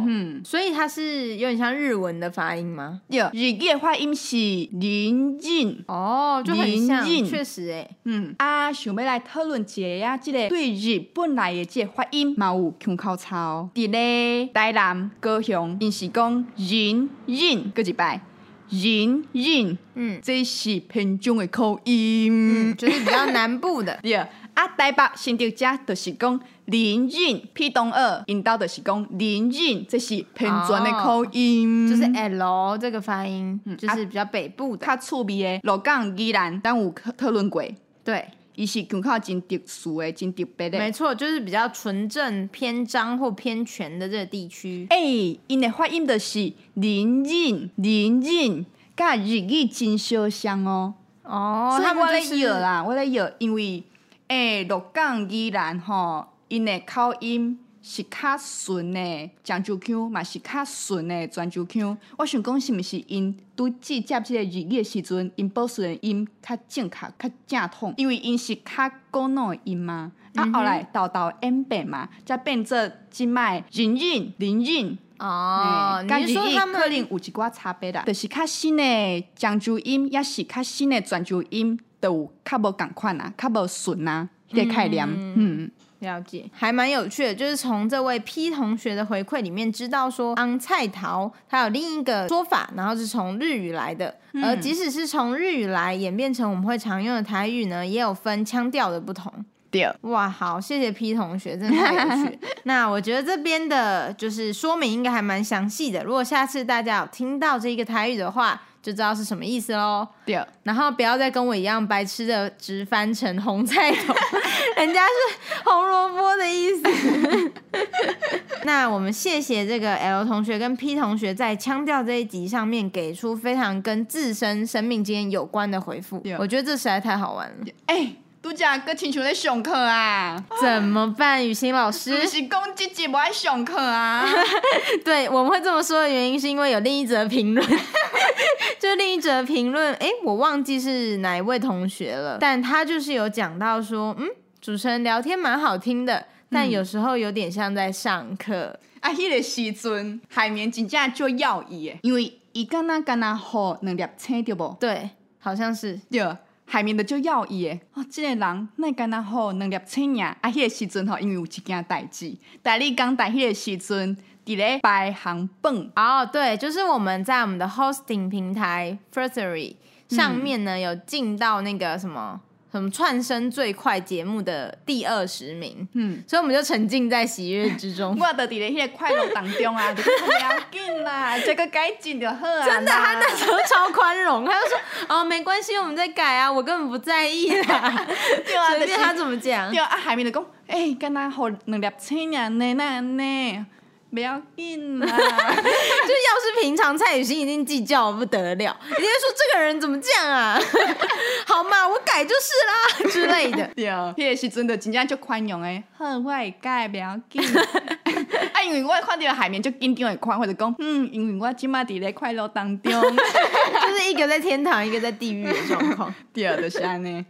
S2: 哼。
S1: 所以它是有点像日文的发音吗？
S2: 对，日语的发音是林韵。
S1: 哦，就很像
S2: 林，静
S1: 确实哎、
S2: 嗯，啊，想要来讨论一下啊，即、个对日本来的即个发音嘛有腔口差哦。伫咧台南、高雄，因是讲人韵，搁一摆人韵，
S1: 嗯
S2: 这是偏中的口音。，
S1: 嗯，就是比较南部的
S2: 对，啊，台北新竹遮就是讲林韵，批东二因兜就是讲林韵，这是偏全的口音，
S1: 就是 L 这个发音，就
S2: 啊
S1: 是比较北部的，
S2: 较趣味的。鹿港、宜兰，咱有讨论过。
S1: 对。
S2: 伊是腔口真特殊诶，真特别
S1: 没
S2: 诶。
S1: 错，就是比较纯正、偏张或偏全的这个地区。
S2: 诶，因诶发音就是林韵，林韵，甲日语真相像哦。
S1: 哦
S2: 所以
S1: 他
S2: 我
S1: 们
S2: 咧
S1: 就是
S2: 摇啦，我咧摇，因为诶，鹿港依然吼，因诶口音是较顺诶，漳州腔嘛是较顺诶，泉州腔。我想讲是毋是因拄接接即个日语诶时阵，因保持诶音较正确、较正统，因为因是较古老诶音嘛。啊，后来豆豆演变嘛，才变做即摆人韵、人韵。
S1: 哦，
S2: 甲
S1: 你是说
S2: 日语
S1: 他
S2: 可
S1: 们
S2: 能有一寡差别啦，就是较新的漳州音，也是较新的泉州音，都有较无共款啊，较无顺啊，迄、个概念。嗯，
S1: 了解，还蛮有趣的，就是从这位 P 同学的回馈里面知道说，昂菜桃它有另一个说法，然后是从日语来的，而即使是从日语来演变成我们会常用的台语呢，也有分腔调的不同。
S2: 对，
S1: 哇，好，谢谢 P 同学，真的太有趣。那我觉得这边的就是说明应该还蛮详细的，如果下次大家有听到这个台语的话，就知道是什么意思喽。
S2: 对，
S1: 然后不要再跟我一样白痴的直翻成红菜头， 人家是红萝卜的意思。 那我们谢谢这个 L 同学跟 P 同学在腔调这一集上面给出非常跟自身生命经验有关的回复
S2: Yeah.
S1: 我觉得这实在太好玩了。
S2: 诶、拄则搁亲像咧上课 啊，
S1: 怎么办，雨欣老师
S2: 毋？是讲即集无爱上课 啊，
S1: 对，我们会这么说的原因是因为有另一则评论， 就另一则评论，诶，我忘记是哪一位同学了，但他就是有讲到说，嗯，主持人聊天蛮好听的，但有时候有点像在上课。
S2: 啊，迄、个时阵海绵真正足要伊诶，因为伊敢若敢若好两粒星对无？
S1: 对，好像是
S2: 对，海面的就要伊诶，哦，即、个人那敢若吼两粒星呀，啊，迄个时阵吼，因为有一件代志，但你讲代迄个时阵，伫咧排行榜，
S1: 哦，对，就是我们在我们的 hosting 平台 Firstory 上面呢，有进到那个什么什么串升最快节目的第二十名，
S2: 嗯，
S1: 所以我们就沉浸在喜悦之中。
S2: 我著伫咧迄个快乐当中啊，就 讲不要紧啦，这个改进就好啊。
S1: 真的，他
S2: 啦
S1: 那时候 超宽容，他就说：“哦，没关系，我们再改啊，我根本不在意啦，
S2: 对啊，
S1: 随
S2: 就是
S1: 便他怎么讲。
S2: 对啊，啊海面就讲，诶、敢若吼两粒星啊，那那呢，不要紧啦。
S1: 就要是平常蔡雨欣一定计较不得了，一定会说这个人怎么这样啊？ 好嘛，我改就是啦之类的。
S2: 对，迄个时阵就真正足宽容诶，好，我会改，袂要 紧。啊，因为我看到海绵足紧张诶看，或者讲，嗯，因为我即马伫咧快乐当中，
S1: 就是一个在天堂，一个在地狱的状况。
S2: 对，就是安尼。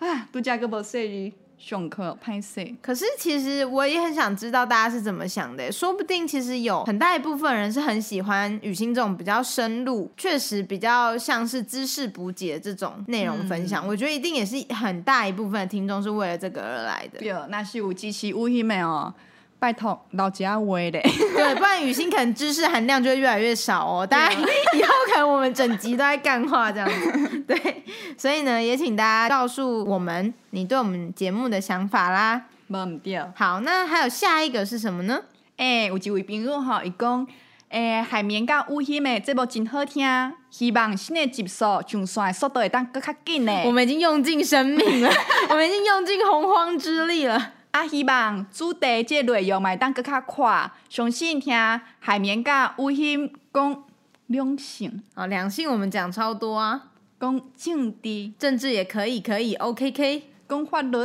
S2: 啊，拄则个无说你上课歹势，
S1: 可是其实我也很想知道大家是怎么想的，欸说不定其实有很大一部分人是很喜欢雨欣这种比较深入，确实比较像是知识补给的这种内容分享。我觉得一定也是很大一部分的听众是为了这个而来的，
S2: 对，若是有支持有迄个哦，拜托老一下话咧。
S1: 对，不然雨欣可能知识含量就会越来越少哦。大家以后可能我们整集都在干话这样子，对，所以呢，也请大家告诉我们你对我们节目的想法啦。
S2: 无毋对。
S1: 好，那还有下一个是什么呢？
S2: 诶、有一位朋友吼，伊讲，诶、海绵甲乌心诶节目真好听，希望新诶集数上线诶速度会当搁较紧咧。
S1: 我们已经用尽生命了，我们已经用尽洪荒之力了。
S2: 啊，希望主题即个内容嘛，当搁较宽，相信听海绵甲有心讲两性，
S1: 啊，两性我们讲超多啊，
S2: 讲政治，
S1: 政治也可以，可以，OK K。
S2: 讲法律，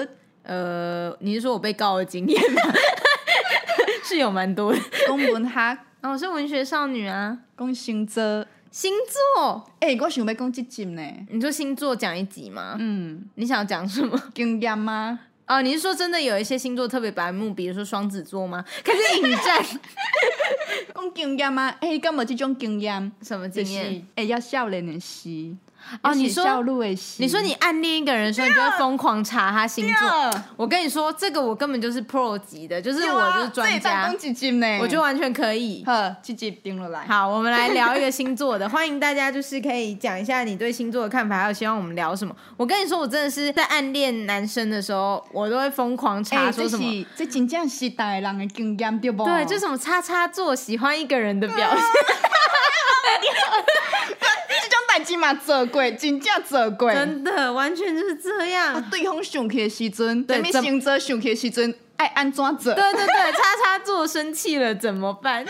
S1: 呃，你是说我被告的经验吗？ 是有蛮多的。
S2: 讲文学，
S1: 啊，我是文学少女啊，
S2: 讲星座。
S1: 星座，
S2: 诶、我想要讲即集呢。
S1: 你说星座讲一集吗？
S2: 嗯，
S1: 你想讲什么？
S2: 经验吗？
S1: 哦，你是说真的有一些星座特别白目，比如说双子座吗？可是引战
S2: 讲经验吗？诶、敢无即种经验？
S1: 什么
S2: 就
S1: 经
S2: 是
S1: 验？
S2: 会、要少年的诗，
S1: 哦
S2: 要写
S1: 你说
S2: 少女的诗，
S1: 你说你暗恋一个人的时候，你就会疯狂查他星座。
S2: 对
S1: 我跟你说，这个我根本就是 pro 级的，就是
S2: 对
S1: 我
S2: 啊
S1: 就是专
S2: 这也当
S1: 家
S2: 讲，一集呢。
S1: 我就完全可以。
S2: 好，即集定落来。
S1: 好，我们来聊一个星座的，欢迎大家就是可以讲一下你对星座的看法，还有希望我们聊什么。我跟你说，我真的是在暗恋男生的时候，我都会疯狂查
S2: 欸
S1: 说哎什么，哦
S2: 这是这真正是大个人的经验对不？
S1: 对，就什么叉叉座喜欢一个人的表现，
S2: 这种代志嘛做过，真正做 过。啊
S1: 真的完全就是这样。
S2: 对方想起的时阵，
S1: 对
S2: 对面
S1: 怎
S2: 星座想起的时阵，爱安怎做？
S1: 对对对，叉叉座生气了怎么办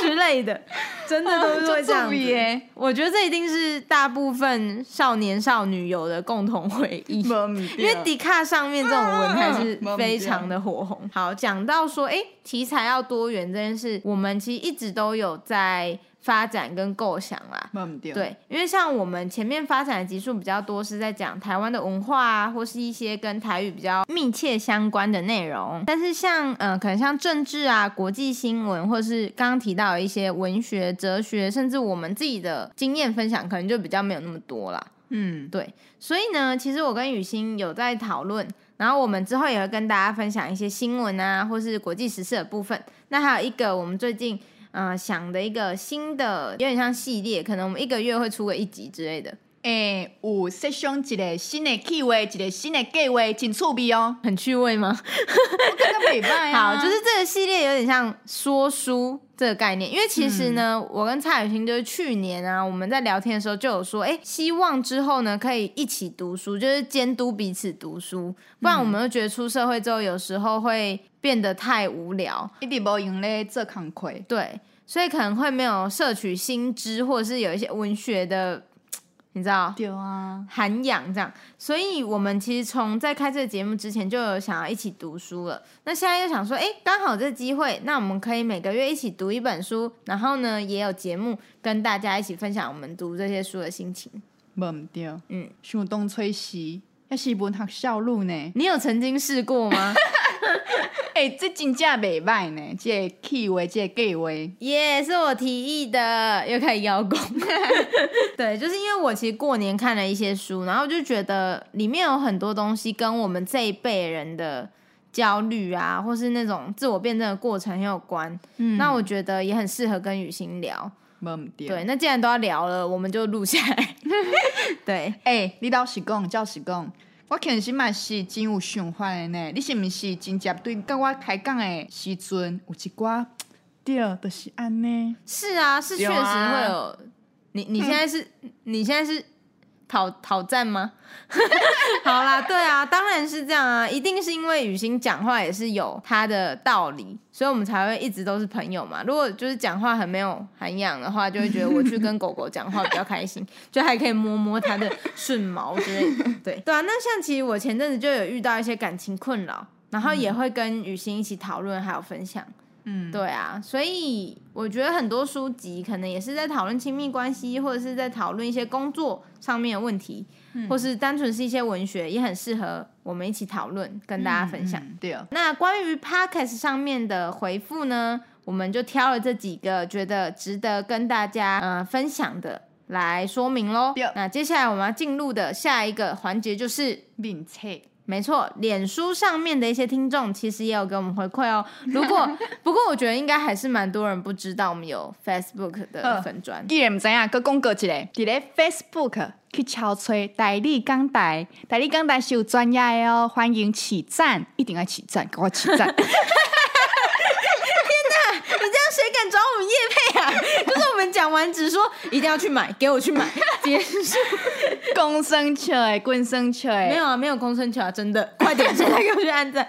S1: 之类的，真的都是会这样
S2: 就注意
S1: 子
S2: 耶。
S1: 我觉得这一定是大部分少年少女有的共同回忆。
S2: 无毋
S1: 因为迪卡上面这种文还是
S2: 嗯
S1: 非常的火红。好，讲到说，诶，题材要多元这件事，我们其实一直都有在发展跟构想啦。
S2: 无毋对，
S1: 对，因为像我们前面发展的集数比较多，是在讲台湾的文化啊，或是一些跟台语比较密切相关的内容。但是像呃，可能像政治啊、国际新闻，或是刚刚提到的一些文学、哲学，甚至我们自己的经验分享，可能就比较没有那么多啦。
S2: 嗯，
S1: 所以呢，其实我跟雨欣有在讨论，然后我们之后也会跟大家分享一些新闻啊，或是国际时事的部分。那还有一个我们最近呃想的一个新的，有点像系列，可能我们一个月会出个一集之类的，
S2: 诶，有设想一个新的计划，一个新的计划，真趣味哦，
S1: 很趣味吗？
S2: 我感觉袂歹啊。
S1: 好，就是这个系列有点像说书这个概念，因为其实呢，我跟蔡雨欣就是去年啊，我们在聊天的时候就有说，哎、希望之后呢可以一起读书，就是监督彼此读书，不然我们就觉得出社会之后有时候会变得太无聊，
S2: 一直无用咧做工课，
S1: 对，所以可能会没有摄取新知，或者是有一些文学的，你知道，
S2: 对啊，
S1: 涵养这样，所以我们其实从在开这个节目之前就有想要一起读书了。那现在又想说，哎，刚好这机会，那我们可以每个月一起读一本书，然后呢也有节目跟大家一起分享我们读这些书的心情。
S2: 无毋对，啊
S1: 嗯
S2: 嗯，想当吹时，还是文学少女呢。
S1: 你有曾经试过吗？
S2: 诶、这真正袂歹呢，这个气味，这个计划，
S1: 耶、是我提议的，又开始邀功。对，就是因为我其实过年看了一些书，然后就觉得里面有很多东西跟我们这一辈人的焦虑啊，或是那种自我辩证的过程很有关。
S2: 嗯
S1: 那我觉得也很适合跟雨欣聊。
S2: 无毋对。
S1: 对，那既然都要聊了，我们就录下来。 对，
S2: 诶、哎你老实讲，照实讲，我其实嘛是真有想法的呢。你是毋是真正对甲我开讲的时阵有一寡对，就是安尼？
S1: 是啊，是确
S2: 有
S1: 实
S2: 啊
S1: 会有。你你现在是、你现在是讨讨战吗？ 好啦，对啊，当然是这样啊，一定是因为雨欣讲话也是有她的道理，所以我们才会一直都是朋友嘛。如果就是讲话很没有涵养的话，就会觉得我去跟狗狗讲话比较开心，就还可以摸摸它的顺毛之类的。对对啊，那像其实我前阵子就有遇到一些感情困扰，然后也会跟雨欣一起讨论还有分享。
S2: 嗯，
S1: 对啊，所以我觉得很多书籍可能也是在讨论亲密关系，或者是在讨论一些工作上面的问题，
S2: 嗯
S1: 或是单纯是一些文学，也很适合我们一起讨论，跟大家分享。
S2: 嗯对，
S1: 那关于 podcast 上面的回复呢，我们就挑了这几个觉得值得跟大家呃分享的来说明喽
S2: 对。
S1: 那接下来我们要进入的下一个环节就是
S2: 面册。
S1: 没错，脸书上面的一些听众其实也有给我们回馈哦。如果不过，我觉得应该还是蛮多人不知道我们有 Facebook 的
S2: 嗯
S1: 粉砖。
S2: 既然毋知啊影，搁广告一个，伫咧 Facebook 去敲找代理港台，代理港台是有专业的哦，欢迎起赞，一定要起赞，给我起 赞。
S1: 你这样谁敢找我们叶配啊？ 就是我们讲完只说一定要去买，给我去买，结束。
S2: 公生笑诶，棍生笑
S1: 没
S2: 诶，
S1: 有啊，没有公生球啊，真的，快点，现在给我去按赞。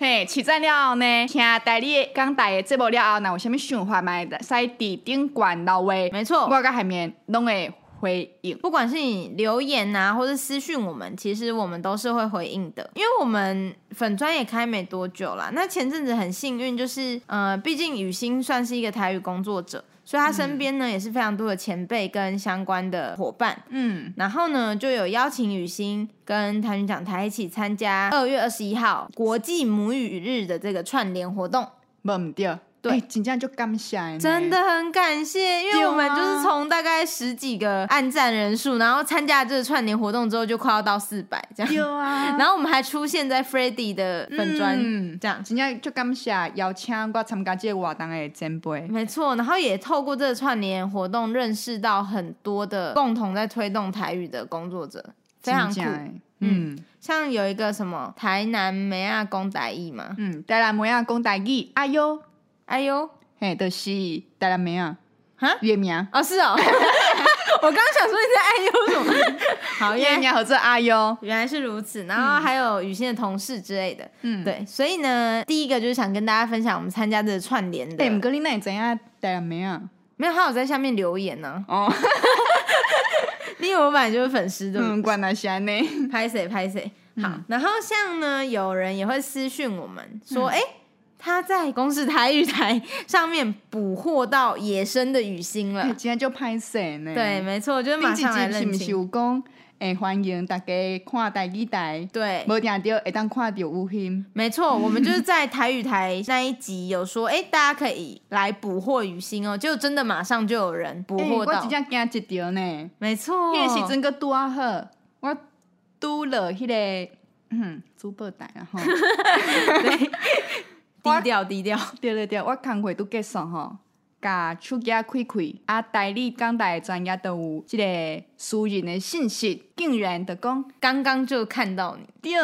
S2: 嘿，起赞了后呢，听代理港台诶节目了后，若有啥物想法嘛，会使伫顶悬留话，
S1: 没错
S2: 我甲海绵拢会回应。
S1: 不管是你留言啊，或是私讯我们，其实我们都是会回应的，因为我们粉专也开没多久啦。那前阵子很幸运，就是呃，毕竟雨欣算是一个台语工作者，所以她身边呢、也是非常多的前辈跟相关的伙伴。
S2: 嗯，
S1: 然后呢，就有邀请雨欣跟谭云讲台一起参加二月二十一号国际母语日的这个串联活动。
S2: 无毋对，
S1: 对
S2: 欸真正就感谢的呢
S1: 真的很感谢，因
S2: 对
S1: 为
S2: 啊
S1: 我们就是从大概十几个按赞人数，然后参加这个串联活动之后，就快要到四百这
S2: 对
S1: 样。
S2: 啊，
S1: 然后我们还出现在 f r e d d y 的粉砖、
S2: 嗯
S1: 这样，
S2: 真正就感谢邀请我参加即个活动诶前辈。
S1: 没错。然后也透过这个串联活动，认识到很多的共同在推动台语的工作者，非常酷
S2: 真。的嗯
S1: 像有一个什么台南梅亚公台艺嘛，
S2: 嗯，台南妹仔讲台语，哎哟，
S1: 哎呦，
S2: 嘿，就是台南妹仔
S1: 哈，
S2: 伊个名，
S1: 哦是哦， 我刚想说你在哎呦什么，嗯好
S2: 伊个
S1: 耶。
S2: 名叫做阿哟，
S1: 原来是如 此，然后还有雨欣的同事之类的，
S2: 嗯，
S1: 对，所以呢，第一个就是想跟大家分享我们参加这个串联的，
S2: 哎，毋过你哪会知影台南妹仔？
S1: 没有，他有在下面留言呢、
S2: 哦，
S1: 你以为我本来就是粉丝对不对？
S2: 嗯，原来是安尼，
S1: 拍谁拍谁，好，
S2: 嗯
S1: 然后像呢，有人也会私讯我们说，
S2: 嗯
S1: 哎、他在公视台语台上面捕获到野生的雨欣了
S2: 嘿， 真正就歹势呢。
S1: 对，，没错，就是
S2: 顶
S1: 马
S2: 一
S1: 上来
S2: 集是
S1: 认
S2: 毋是
S1: 亲，
S2: 有讲，诶，欢迎大家看台语台，
S1: 对，
S2: 无定着会当看着有音。
S1: 没错，我们就是在台语台那一集有说，哎、大家可以来捕获雨欣哦，就真的马上就有哦人捕
S2: 欸
S1: 获
S2: 我
S1: 到，
S2: 真正惊一条呢。
S1: 没错，
S2: 迄个时阵阁拄啊好，我拄了迄个，嗯，珠宝台啊 吼。
S1: 低调低调，
S2: 对对对，我工课拄结束吼，甲手机开开，啊，代理讲台的专业都有即个私人的信息，竟然就讲
S1: 刚刚就看到你，
S2: 对，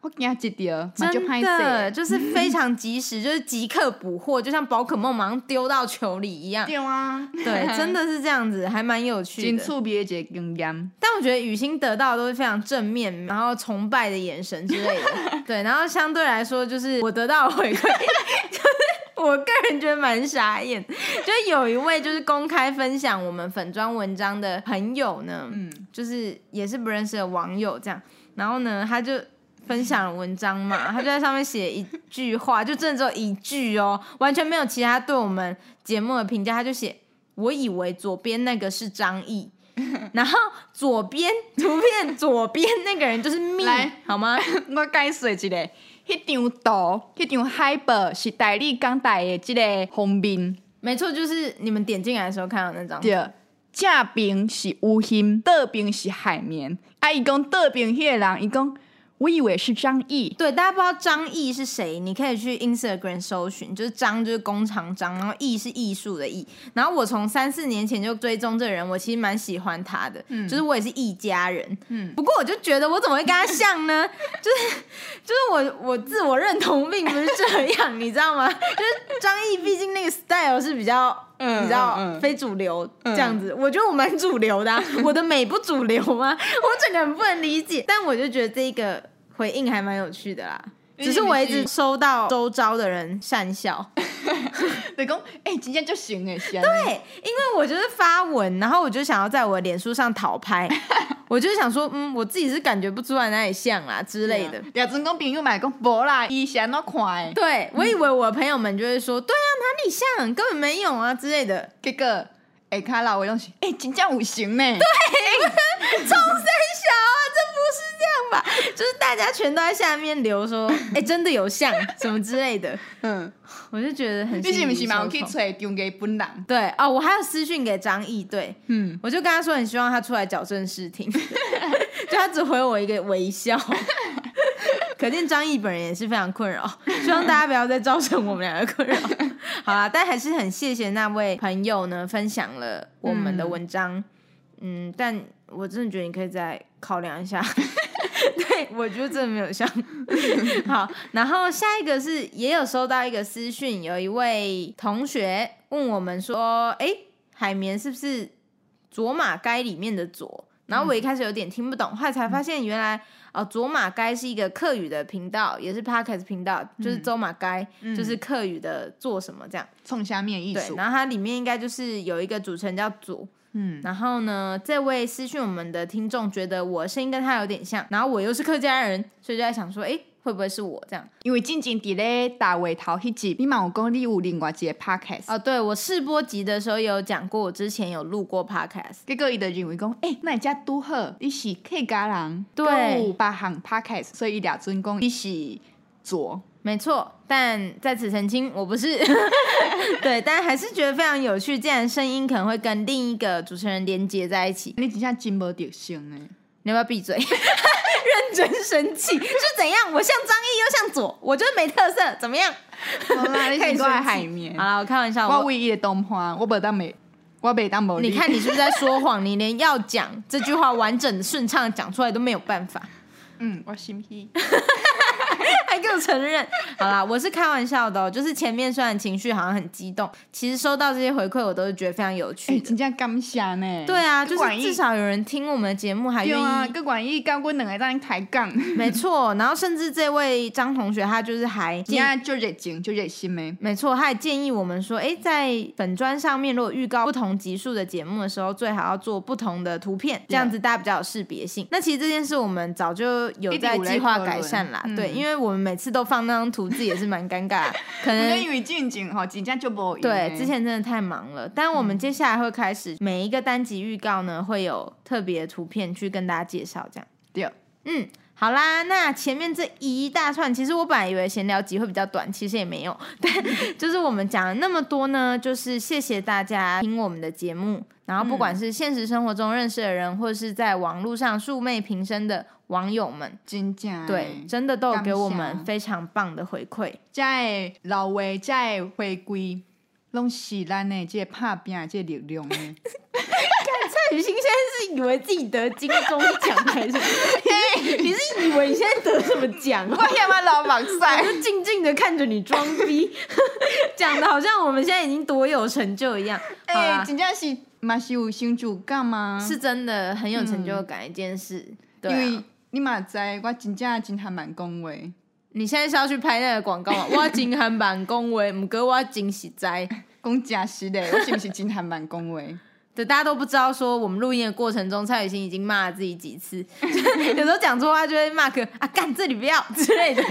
S2: 我惊一条，嘛就
S1: 真
S2: 歹
S1: 的
S2: 势。
S1: 就是非常及 时，就是即刻捕获，就像宝可梦马上丢到球里一样。
S2: 对啊，
S1: 对，真 的是这样子，还蛮有趣
S2: 真
S1: 的。
S2: 趣味的一个经 验。
S1: 但我觉得雨欣得到的都是非常正面，然后崇拜的眼神之类 的。对，然后相对来说，就是我得到的回馈，就是 我个人觉得蛮傻眼。就有一位就是公开分享我们粉砖文章的朋友呢，
S2: 嗯，
S1: 就是也是不认识的网友这样，然后呢，他就。分享了文章嘛，他就在上面写一句话，就真的只有一句哦，完全没有其他对我们节目的评价。他就写：“我以为左边那个是张译，然后左边图片左边那个人就是命
S2: 来，
S1: 好吗？
S2: 我解释一下，迄、迄张图、迄张海报是台理讲台的即个封面，
S1: 没错，就是你们点进来的时候看到那张。
S2: 对。正边是乌心，倒边是海绵。啊，伊讲倒边迄个人，伊讲我以为是张译，
S1: 对，大家不知道张译是谁，你可以去 Instagram 搜寻，就是张就是工厂张，然后艺是艺术的艺。然后我从三四年前就追踪这个人，我其实蛮喜欢他的，就是我也是艺家人。
S2: 嗯
S1: 不过我就觉得我怎么会跟他像呢？ 就是就是我我自我认同并不是这样，你知道吗？就是张译，毕竟那个 style 是比较。
S2: 嗯
S1: 你知道、
S2: 嗯嗯
S1: 非主流这样子，我觉得我蛮主流 的、啊，我的美不主流吗？我整个很不能理解，但我就觉得这个回应还蛮有趣的啦。
S2: 因为
S1: 只是我一
S2: 你
S1: 直
S2: 是
S1: 收到周遭的人讪 笑，
S2: 就讲诶、真正就行诶，是安
S1: 对，
S2: 尼。
S1: 因为我就是发文，然后我就想要在我的脸书上讨 拍，我就是想说，嗯，我自己是感觉不出来哪里像啦之类的。
S2: 俩真讲朋友买讲无啦，伊是安怎看诶？
S1: 对，我以为我的朋友们就会说，对啊，哪里像，根本没有啊之类的。
S2: 结果下骹老话拢是诶、真正有型呢。
S1: 冲三小啊，这不是这样吧？ 就是大家全都在下面留说，哎、真的有像什么之类的，
S2: 嗯，
S1: 我就觉得很
S2: 你
S1: 心
S2: 是毋
S1: 里
S2: 是嘛有去
S1: 受
S2: 找
S1: 宠
S2: 张家本人？
S1: 对哦，我还有私讯给张译，对
S2: 嗯，
S1: 我就跟他说，很希望他出来矫正视听， 就他只回我一个微笑。可见张译本人也是非常困扰，希望大家不要再造成我们两个困扰。好啦，但还是很谢谢那位朋友呢，分享了我们的文章。嗯但我真的觉得你可以再考量一下。对，我觉得真的没有像。好，然后下一个是也有收到一个私讯，有一位同学问我们说：“哎，海绵是不是卓玛该里面的卓？”然后我一开始有点听不懂，后来才发现原来哦，卓玛该是一个客语的频道，也是 podcast 频道，就是周马该，
S2: 嗯
S1: 就是客语的做什么这样。
S2: 创啥物诶意
S1: 对，
S2: 思？
S1: 然后它里面应该就是有一个主持人叫左，
S2: 嗯，
S1: 然后呢，这位私讯我们的听众觉得我声音跟他有点像，然后我又是客家人，所以就在想说，诶，会不会是我这样？
S2: 因为进前伫咧大话头迄集，你嘛有讲你有另外一个 podcast，、
S1: 哦，对我试播集的时候有讲过，我之前有录过 podcast，
S2: 结果伊就认为讲，诶、那你遮拄好，你是客家人，
S1: 对
S2: 还有别项 podcast，所以伊俩准讲你是左，
S1: 没错，但在此澄清，我不是。 对，但还是觉得非常有趣，既然声音可能会跟另一个主持人连接在一起，
S2: 你真正真无特性 诶。
S1: 你要不要闭嘴？认真生气是怎样？我像张译又像左，我就是没特色，怎么样？
S2: 好啦，你
S1: 太
S2: 是
S1: 生
S2: 我的
S1: 气
S2: 海绵
S1: 好。啦，我开玩笑。
S2: 嗯我
S1: 我
S2: 唯一的东花，我袂当袂，我袂当无。
S1: 你看，你是不是在说谎？你连要讲这句话完整顺畅地讲出来都没有办法，
S2: 嗯，我心虚。
S1: 还给我承认。好啦，我是开玩笑的、哦，就是前面虽然情绪好像很激动，其实收到这些回馈我都是觉得非常有
S2: 哎、
S1: 趣的。
S2: 真正感谢呢。
S1: 对啊，就
S2: 还愿
S1: 是
S2: 意
S1: 至少有人听我们的节目，还
S2: 对
S1: 愿
S2: 啊，
S1: 意
S2: 佮愿意甲阮两个当开讲，
S1: 没错，然后甚至这位张同学，他就是还
S2: 真
S1: 建
S2: 正就热情，就热心的。
S1: 没错，他也建议我们说，诶，在本专上面如果预告不同集数的节目的时候，最好要做不同的图片，这样子大家比较有识别性。那其实这件事我们早就有在计划改善啦
S2: 一，定有在讨论
S1: 对，
S2: 嗯
S1: 因为我们每次都放那张图，自己也是蛮尴尬，可
S2: 我觉得
S1: 能
S2: 因。为进前吼，真正就无闲的
S1: 对，之前真的太忙了，但我们
S2: 嗯
S1: 接下来会开始每一个单集预告呢，会有特别图片去跟大家介绍，这样。
S2: 对，
S1: 嗯，好啦，那前面这一大串，其实我本来以为闲聊集会比较短，其实也没有， 但就是我们讲了那么多呢，就是谢谢大家听我们的节目，然后不
S2: 嗯
S1: 管是现实生活中认识的人，或是在网络上素昧平生的网友们，
S2: 真正
S1: 对，真的都有给我
S2: 嗯感
S1: 们
S2: 谢啊
S1: 非常棒的回馈。
S2: 遮的老话，遮的回归，拢是咱的即个拍拼的哎即个力 量呢。
S1: 蔡雨欣现在是以为自己得金钟奖还 是什么？你是你是以为你现在得什么奖哦？
S2: 我遐嘛老 目
S1: 我
S2: 屎，
S1: 就 静静的看着你装逼，讲的好像我们现在已经多有成就一样。好
S2: 哎、
S1: 啦，
S2: 真正是嘛是有成就感嘛。
S1: 是真的很有成就感的一件事。对、
S2: 因
S1: 啊
S2: 为，你嘛知，我真正真还蛮讲话，
S1: 你现在是要去拍那个广告吗？我真还蛮恭维，唔过我真实在。
S2: 讲真实的，我是毋是真还蛮讲话？
S1: 对，大家都不知道说我们录音的过程中，蔡雨欣已经骂了自己几次， 就是有时候讲错话就会骂个啊干这里不要之类的。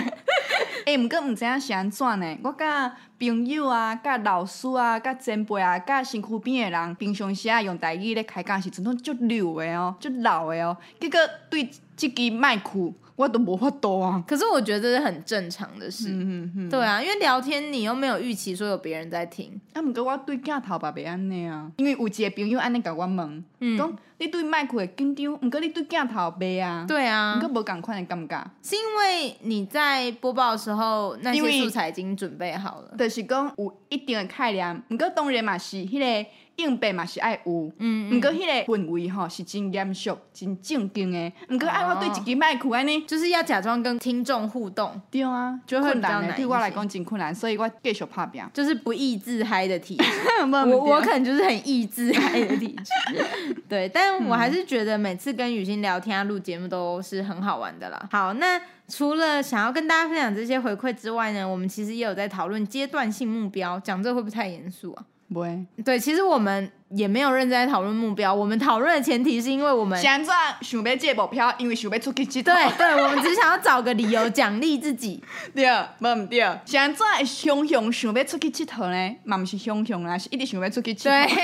S2: 哎、毋过毋知影是安怎呢？我甲朋友啊、甲老师啊、甲前辈啊、甲身躯边的人，平常时啊用台语咧开讲的时阵，拢足溜的哦，足老的哦。结果对即支麦克我都无法度啊。
S1: 可是我觉得这是很正常的事，
S2: 嗯嗯
S1: 对啊，因为聊天你又没有预期说有别人在听，
S2: 啊，毋过我对镜头嘛袂安尼啊，因为有一个朋友安尼甲我问，
S1: 嗯
S2: 讲、你对麦克会紧张，毋过你对镜头袂啊，
S1: 对啊
S2: 毋过，无共款的感觉，
S1: 是因为你在播报的时候那
S2: 因为
S1: 些素材已经准备好了，
S2: 就是讲有一定的概念，毋过当然嘛是迄个应变嘛是爱有，毋
S1: 嗯，
S2: 过迄个氛围吼是真严肃、真正经的，
S1: 哦
S2: 毋过爱啊我对一支麦克安尼，
S1: 就是要假装跟听众互动，
S2: 对啊，
S1: 就会
S2: 困
S1: 比较
S2: 难的，
S1: 难
S2: 对我来
S1: 一些
S2: 讲真困难，所以我继续拍拼。
S1: 就是不易自嗨的 体质。
S2: 我
S1: 我我可能就是很易自嗨的体 质，对，但
S2: 嗯
S1: 我还是觉得每次跟雨欣聊天、啊、录节目都是很好玩的啦。好，那除了想要跟大家分享这些回馈之外呢，我们其实也有在讨论阶段性目标，讲这会不会太严肃啊？
S2: 袂，
S1: 对，其实我们也没有认真在讨论目标，我们讨论的前提是因为我们
S2: 想怎想要这个目标，因为想要出去佚佗。
S1: 对对，我们只想要找个理由奖励自己，
S2: 对，无毋对。像怎会熊熊想要出去佚佗呢？嘛毋是熊熊啦，是一直想要出去佚
S1: 对
S2: 佗。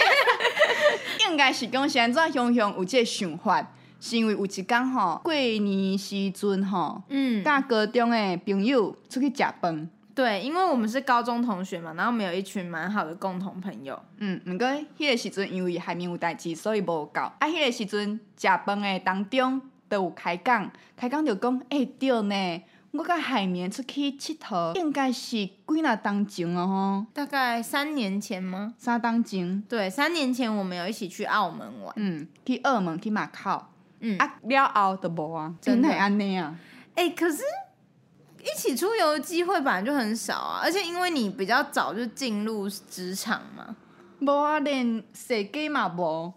S2: 应该是讲像怎熊熊有即个想法，是因为有一天吼，过年时阵吼，
S1: 嗯，
S2: 甲高中诶朋友出去食饭。
S1: 对，因为我们是高中同学嘛，然后我们有一群蛮好的共同朋友，
S2: 嗯，毋过迄个时阵因为海面有代志，所以无到。啊，迄个时阵食饭诶当中，都有开讲，开讲就讲，诶、对呢，我甲海绵出去佚佗，应该是几若当前哦吼，
S1: 大概三年前吗？
S2: 三当前。
S1: 对，三年前我们有一起去澳门玩。
S2: 嗯，去澳门去马口，
S1: 嗯，哎、
S2: 啊了后就无啊，
S1: 真的
S2: 会安尼啊，
S1: 哎可是一起出游的机会本来就很少啊，而且因为你比较早就进入职场嘛。
S2: 无啊连踅街嘛无，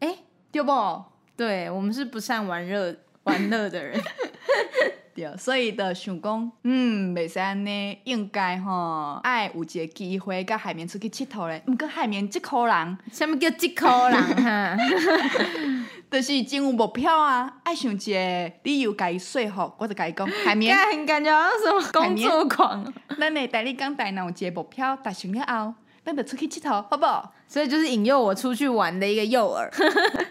S1: 哎、
S2: 对无？
S1: 对我们是不善玩乐玩乐的人。
S2: 对，所以就想讲，嗯，袂使安尼，应该吼爱有一个机会甲海绵出去佚佗咧。毋过海绵即箍人，
S1: 什么叫几口人啊哈？
S2: 就是真有目标啊，爱想一个理由甲伊说服，我就甲伊 讲，海绵，
S1: 感感觉好像什么工作狂哦，
S2: 咱会带你讲台若有一个目标达成了后，咱就出去佚佗，好无？
S1: 所以就是引诱我出去玩的一个诱饵。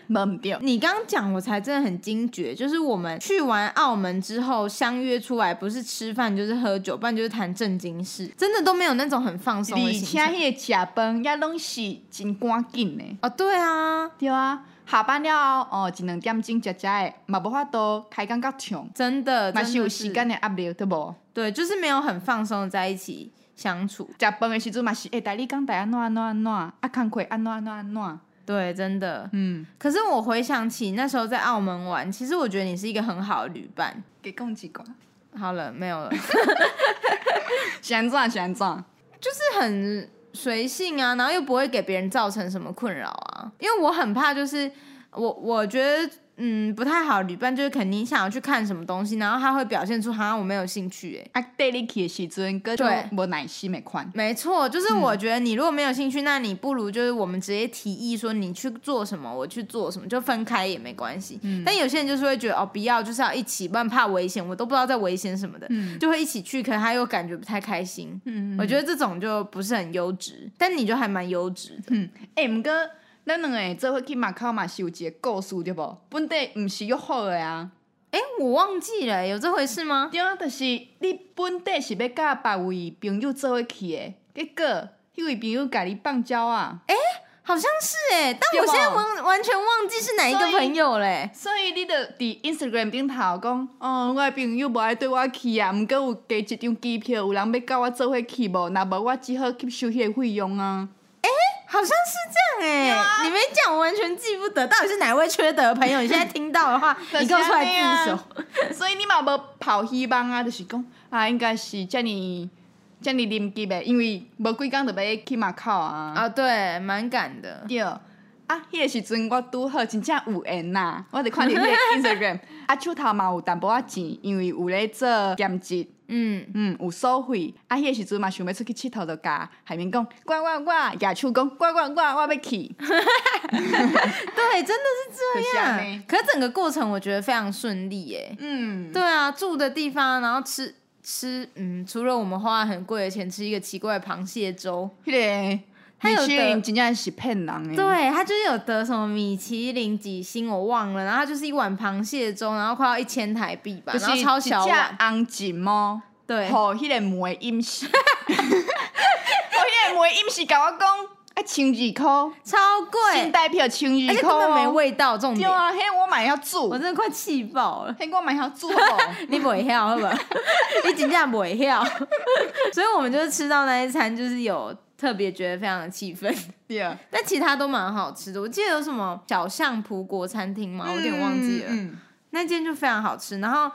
S2: 无毋对，
S1: 你刚讲，我才真的很惊觉，就是我们去完澳门之后相约出来，不是吃饭就是喝酒，不然就是谈正经事，真的都没有那种很放松
S2: 而
S1: 的
S2: 且
S1: 心情。
S2: 迄个食饭也拢是真赶紧诶。
S1: 哦，对啊，
S2: 对啊，下班了后哦，一两点钟食食的，嘛无法度开工较长，
S1: 真的，
S2: 嘛
S1: 真
S2: 是
S1: 的
S2: 有时间的压力，对无？
S1: 对，就是没有很放松的在一起相处。
S2: 食饭的时阵嘛是，会代你讲代安怎安怎安怎，啊工课安怎安怎安怎，
S1: 对，真的。
S2: 嗯，
S1: 可是我回想起那时候在澳门玩，其实我觉得你是一个很好的旅伴。
S2: 给讲一寡，
S1: 好了，没有了，
S2: 是安怎是安怎，
S1: 就是很随性啊，然后又不会给别人造成什么困扰啊。因为我很怕，就是我我觉得嗯不太好的旅伴，就是肯定想要去看什么东西，然后他会表现出好像我没有兴趣哎、
S2: 啊带你去的时阵，各种
S1: 对
S2: 无耐心的款，
S1: 没错，就是我觉得你如果没有兴趣，那你不如就是我们直接提议说你去做什么，我去做什么，就分开也没关系。但有些人就是会觉得哦，不要就是要一起，不然怕危险，我都不知道在危险什么的，就会一起去，可能他又感觉不太开心。我觉得这种就不是很优质，但你就还蛮优质的。
S2: 嗯，诶、毋过咱两个做伙去马口嘛是有一个故事对无？本地毋是约好的啊，
S1: 哎、我忘记了，有这回事吗？
S2: 对啊，就是你本地是要甲别位朋友做伙去的，结果迄位朋友甲你放鸟啊。
S1: 好像是哎、但我
S2: 对吧
S1: 现在完完全忘记是哪一个
S2: 所以
S1: 朋友嘞、哎
S2: 所以你著伫 Instagram 顶头讲，哦，我的朋友无爱缀我去啊，毋过有加一张机票，有人要甲我做伙去无？若无我只好吸收迄个费用啊。，
S1: 好像是这样哎、你没讲，我完全记不得到底是哪位缺德的朋友。你现在听到 的话你给我出来自首。
S2: 首。所以你嘛无抱希望啊，就是讲啊，应该是遮尔遮尔临急的，因为无几工就要去马口啊。
S1: 啊，对，蛮赶的。
S2: 对，啊，迄个时阵我拄好真正有缘呐，我就看着 迄个 Instagram，啊手头嘛有淡薄仔钱，因为有咧做兼职，
S1: 嗯，
S2: 嗯，有收费，啊迄个时阵嘛想要出去佚佗，就甲海绵讲，我我我，举手讲，我我我，我要去，
S1: 对，真的是
S2: 就是
S1: 这
S2: 这样欸
S1: 样。可是整个过程我觉得非常顺利耶、
S2: 嗯，
S1: 对啊，住的地方，然后吃吃，嗯，除了我们花很贵的钱吃一个奇怪的螃蟹粥，
S2: 迄、个。
S1: 他有
S2: 米其林
S1: 得，
S2: 真正是骗人诶。
S1: 对啊他就是有得什么米其林几星我忘了，然后他就是一碗螃蟹粥，然后快要一千台币吧，
S2: 就
S1: 然后
S2: 是
S1: 超小
S2: 一
S1: 碗
S2: 只，红金毛，
S1: 对，
S2: 互迄个梅 音是，互迄个梅音是甲我讲，啊，千二箍，
S1: 超贵
S2: 新，代票千
S1: 而
S2: 二
S1: 且
S2: 箍
S1: 哎
S2: 哦
S1: 根本没味道，重
S2: 对
S1: 点，
S2: 啊，迄我嘛会晓
S1: 哎我
S2: 煮，
S1: 真的快气爆了。
S2: 迄我嘛会晓煮好 无
S1: 你不会跳，好不好？ 你真正不会跳， 所以我们就是吃到那一餐，就是有特别觉得非常的气愤。
S2: 对啊，
S1: 但其他都蛮好吃的，我记得有什么小相葡国餐厅嘛，我有点忘记了。
S2: 嗯嗯
S1: 那间就非常好吃。然后，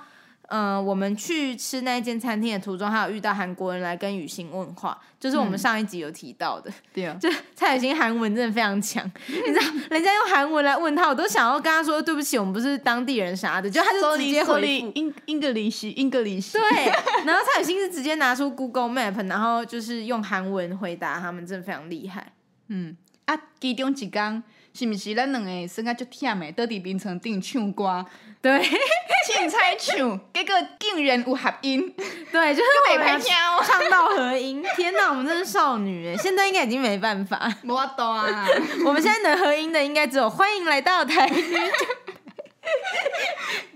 S1: 嗯、我们去吃那间餐厅的途中，还有遇到韩国人来跟雨欣问话，就是我们上一集有提到的，
S2: 对啊，
S1: 就蔡雨欣韩文真的非常强，你知道，人家用韩文来问他，我都想要跟他说对不起，我们不是当地人啥的，就他就直接回复。
S2: 英英格里西，英格里西，
S1: 对，然后蔡雨欣是直接拿出 Google Map，然后就是用韩文回答他们，真的非常厉害。
S2: 嗯，啊，其中一工是毋是咱两个算啊足忝的，倒伫眠床顶唱歌，
S1: 对
S2: 凊彩唱，结果竟然有合音，
S1: 对，就是
S2: 都
S1: 我
S2: 袂
S1: 们
S2: 歹听哦，
S1: 唱到合音，天哪，我们真是少女哎！现在应该已经没办法，
S2: 无法 度啊，
S1: 我们现在能合音的应该只有欢迎来到台女。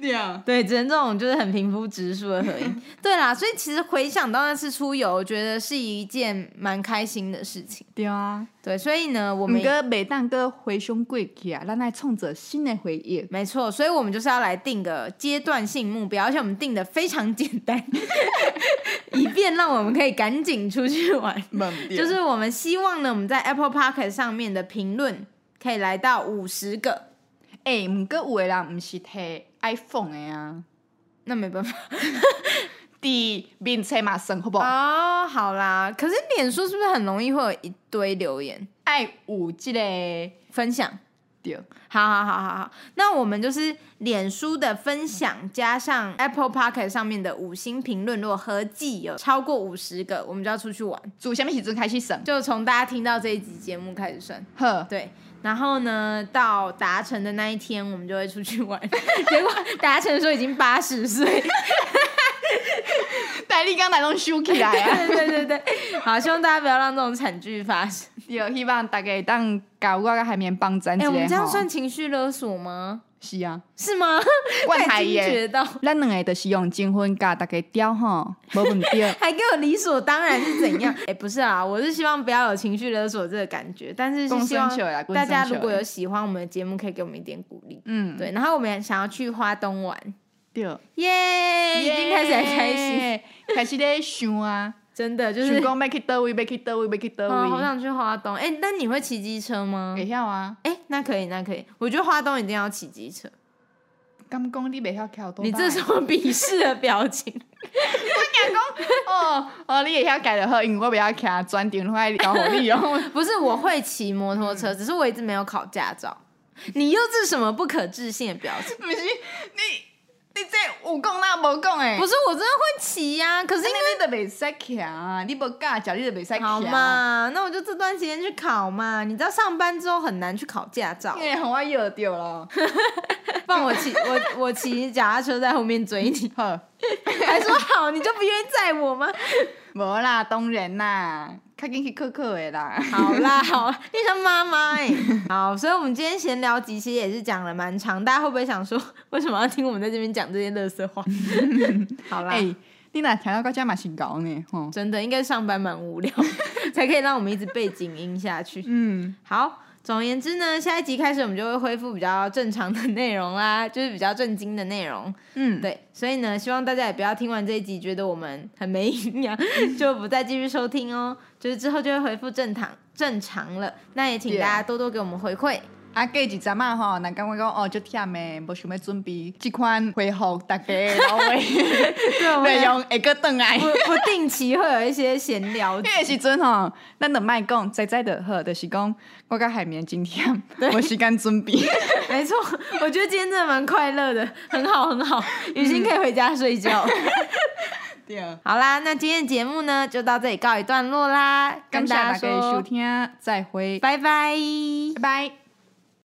S2: 对啊，
S1: 对，只能这种就是很平铺直述的合音。 对啦，所以其实回想到那次出游，我觉得是一件蛮开心的事情。
S2: 对啊，
S1: 对，所以呢，我
S2: 毋
S1: 们
S2: 过袂当搁回想过去啊，咱来创造新的回忆，
S1: 没错，所以我们就是要来定个阶段性目标，而且我们定的非常简 单，以便让我们可以赶紧出去玩。就是我们希望呢，我们在 Apple p o c k e t 上面的评论可以来到五十个。
S2: 诶，欸毋过有的人毋是摕 iPhone 的啊，
S1: 那没办法
S2: 伫面册嘛算好无？
S1: 哦，好啦，可是脸书是不是很容易会有一堆留言
S2: 爱有即个
S1: 分享？
S2: 对，
S1: 好好好好好，那我们就是脸书的分享加上 Apple p o c k e t 上面的五星评论，如果合计有超过五十个，我们就要出去玩。
S2: 自啥物时阵开始算？
S1: 就从大家听到这一集节目开始算，
S2: 好，
S1: 对。然后呢，到达成的那一天，我们就会出去玩。 结果达成说已经八十岁，
S2: 但你刚才拢收起来 啊。
S1: 对对对对，好，希望大家不要让这种惨剧发生。
S2: 对，希望大家会当甲我甲海绵帮咱一
S1: 哎、
S2: 下
S1: 我们这样
S2: 吼
S1: 算情绪勒索吗？
S2: 是啊，
S1: 是 吗？
S2: 我
S1: 太
S2: 海
S1: 惊
S2: 耶，
S1: 觉到，
S2: 咱两个就是用征婚甲大家 雕吼，无问题。
S1: 还给我理所当然是怎样？ 哎、不是啊，我是希望不要有情绪勒索这个感觉，但是是
S2: 讲
S1: 希
S2: 生
S1: 望
S2: 笑啦，讲
S1: 大家
S2: 生
S1: 如
S2: 笑
S1: 果
S2: 啦
S1: 有喜欢我们的节目，可以给我们一点鼓励。
S2: 嗯
S1: 对，然后我们也想要去花东玩，
S2: 对，
S1: 耶、已经开始很开心，
S2: 耶，开始咧想啊，
S1: 真的就是
S2: 想讲要去倒位，要去倒位，要去倒
S1: 哦，好
S2: 位，
S1: 想去花东。哎、那你会骑机车吗？
S2: 会晓啊？
S1: 哎、那可以，那可以。我觉得花东一定要骑机车。
S2: 敢讲你袂晓骑多？
S1: 你这 什么鄙视的表情？
S2: 哦哦，你会晓骑就好，因为我袂晓骑，专程我爱交互你哦。
S1: 不是，我会骑摩托车，只是我一直没有考驾照。嗯你又是什么不可置信的表情？
S2: 毋是你，你这有讲那无讲诶
S1: 不。是，我真的会骑呀、可是因为
S2: 你都袂使骑啊！你无驾照，你都袂使骑
S1: 好
S2: 啊！
S1: 嘛，那我就这段时间去考嘛。你知道上班之后很难去考驾照
S2: 因，为哎互我摇着咯。
S1: 放我骑我我骑脚踏车在后面追 你，
S2: 好，
S1: 还说好你就不愿意载我吗？
S2: 无啦，当然啦，较紧去考考的啦。
S1: 好 啦，好啦，你像妈妈哎、好，所以我们今天闲聊集其实也是讲了蛮长，大家会不会想说，为什么要听我们在这边讲这些垃 圾话？好啦，
S2: 哎、你若听到到遮嘛是搞呢，吼。
S1: 真的应该上班蛮无聊， 才可以让我们一直背景音下去。
S2: 嗯，
S1: 好，总而言之呢，下一集开始我们就会恢复比较正常的内容啦，就是比较正经的内容。
S2: 嗯，
S1: 对，所以呢，希望大家也不要听完这一集觉得我们很没营养， 就不再继续收听哦。就是之后就会恢复正常正常了，那也请
S2: 对
S1: 大
S2: 啊
S1: 家多多给我们回馈。
S2: 啊，过一阵仔吼，若感觉讲哦，足忝的，无想要准备即款恢复大家的老 话
S1: 对，我
S2: 内
S1: 们
S2: 容会搁倒来。
S1: 不不定期会有一些闲 聊
S2: 迄个时阵吼，哦咱就莫讲，知知就好，就是讲我甲海绵真忝，无时间准备。
S1: 没错，我觉得今天真的蛮快乐的，很好很好，雨欣可以回家睡觉。
S2: 对，
S1: 好啦，那今天的节目呢就到这里告一段落啦，
S2: 感
S1: 跟
S2: 谢大
S1: 大
S2: 家
S1: 家
S2: 的收
S1: 说
S2: 听，再会，
S1: 拜拜。
S2: 拜拜。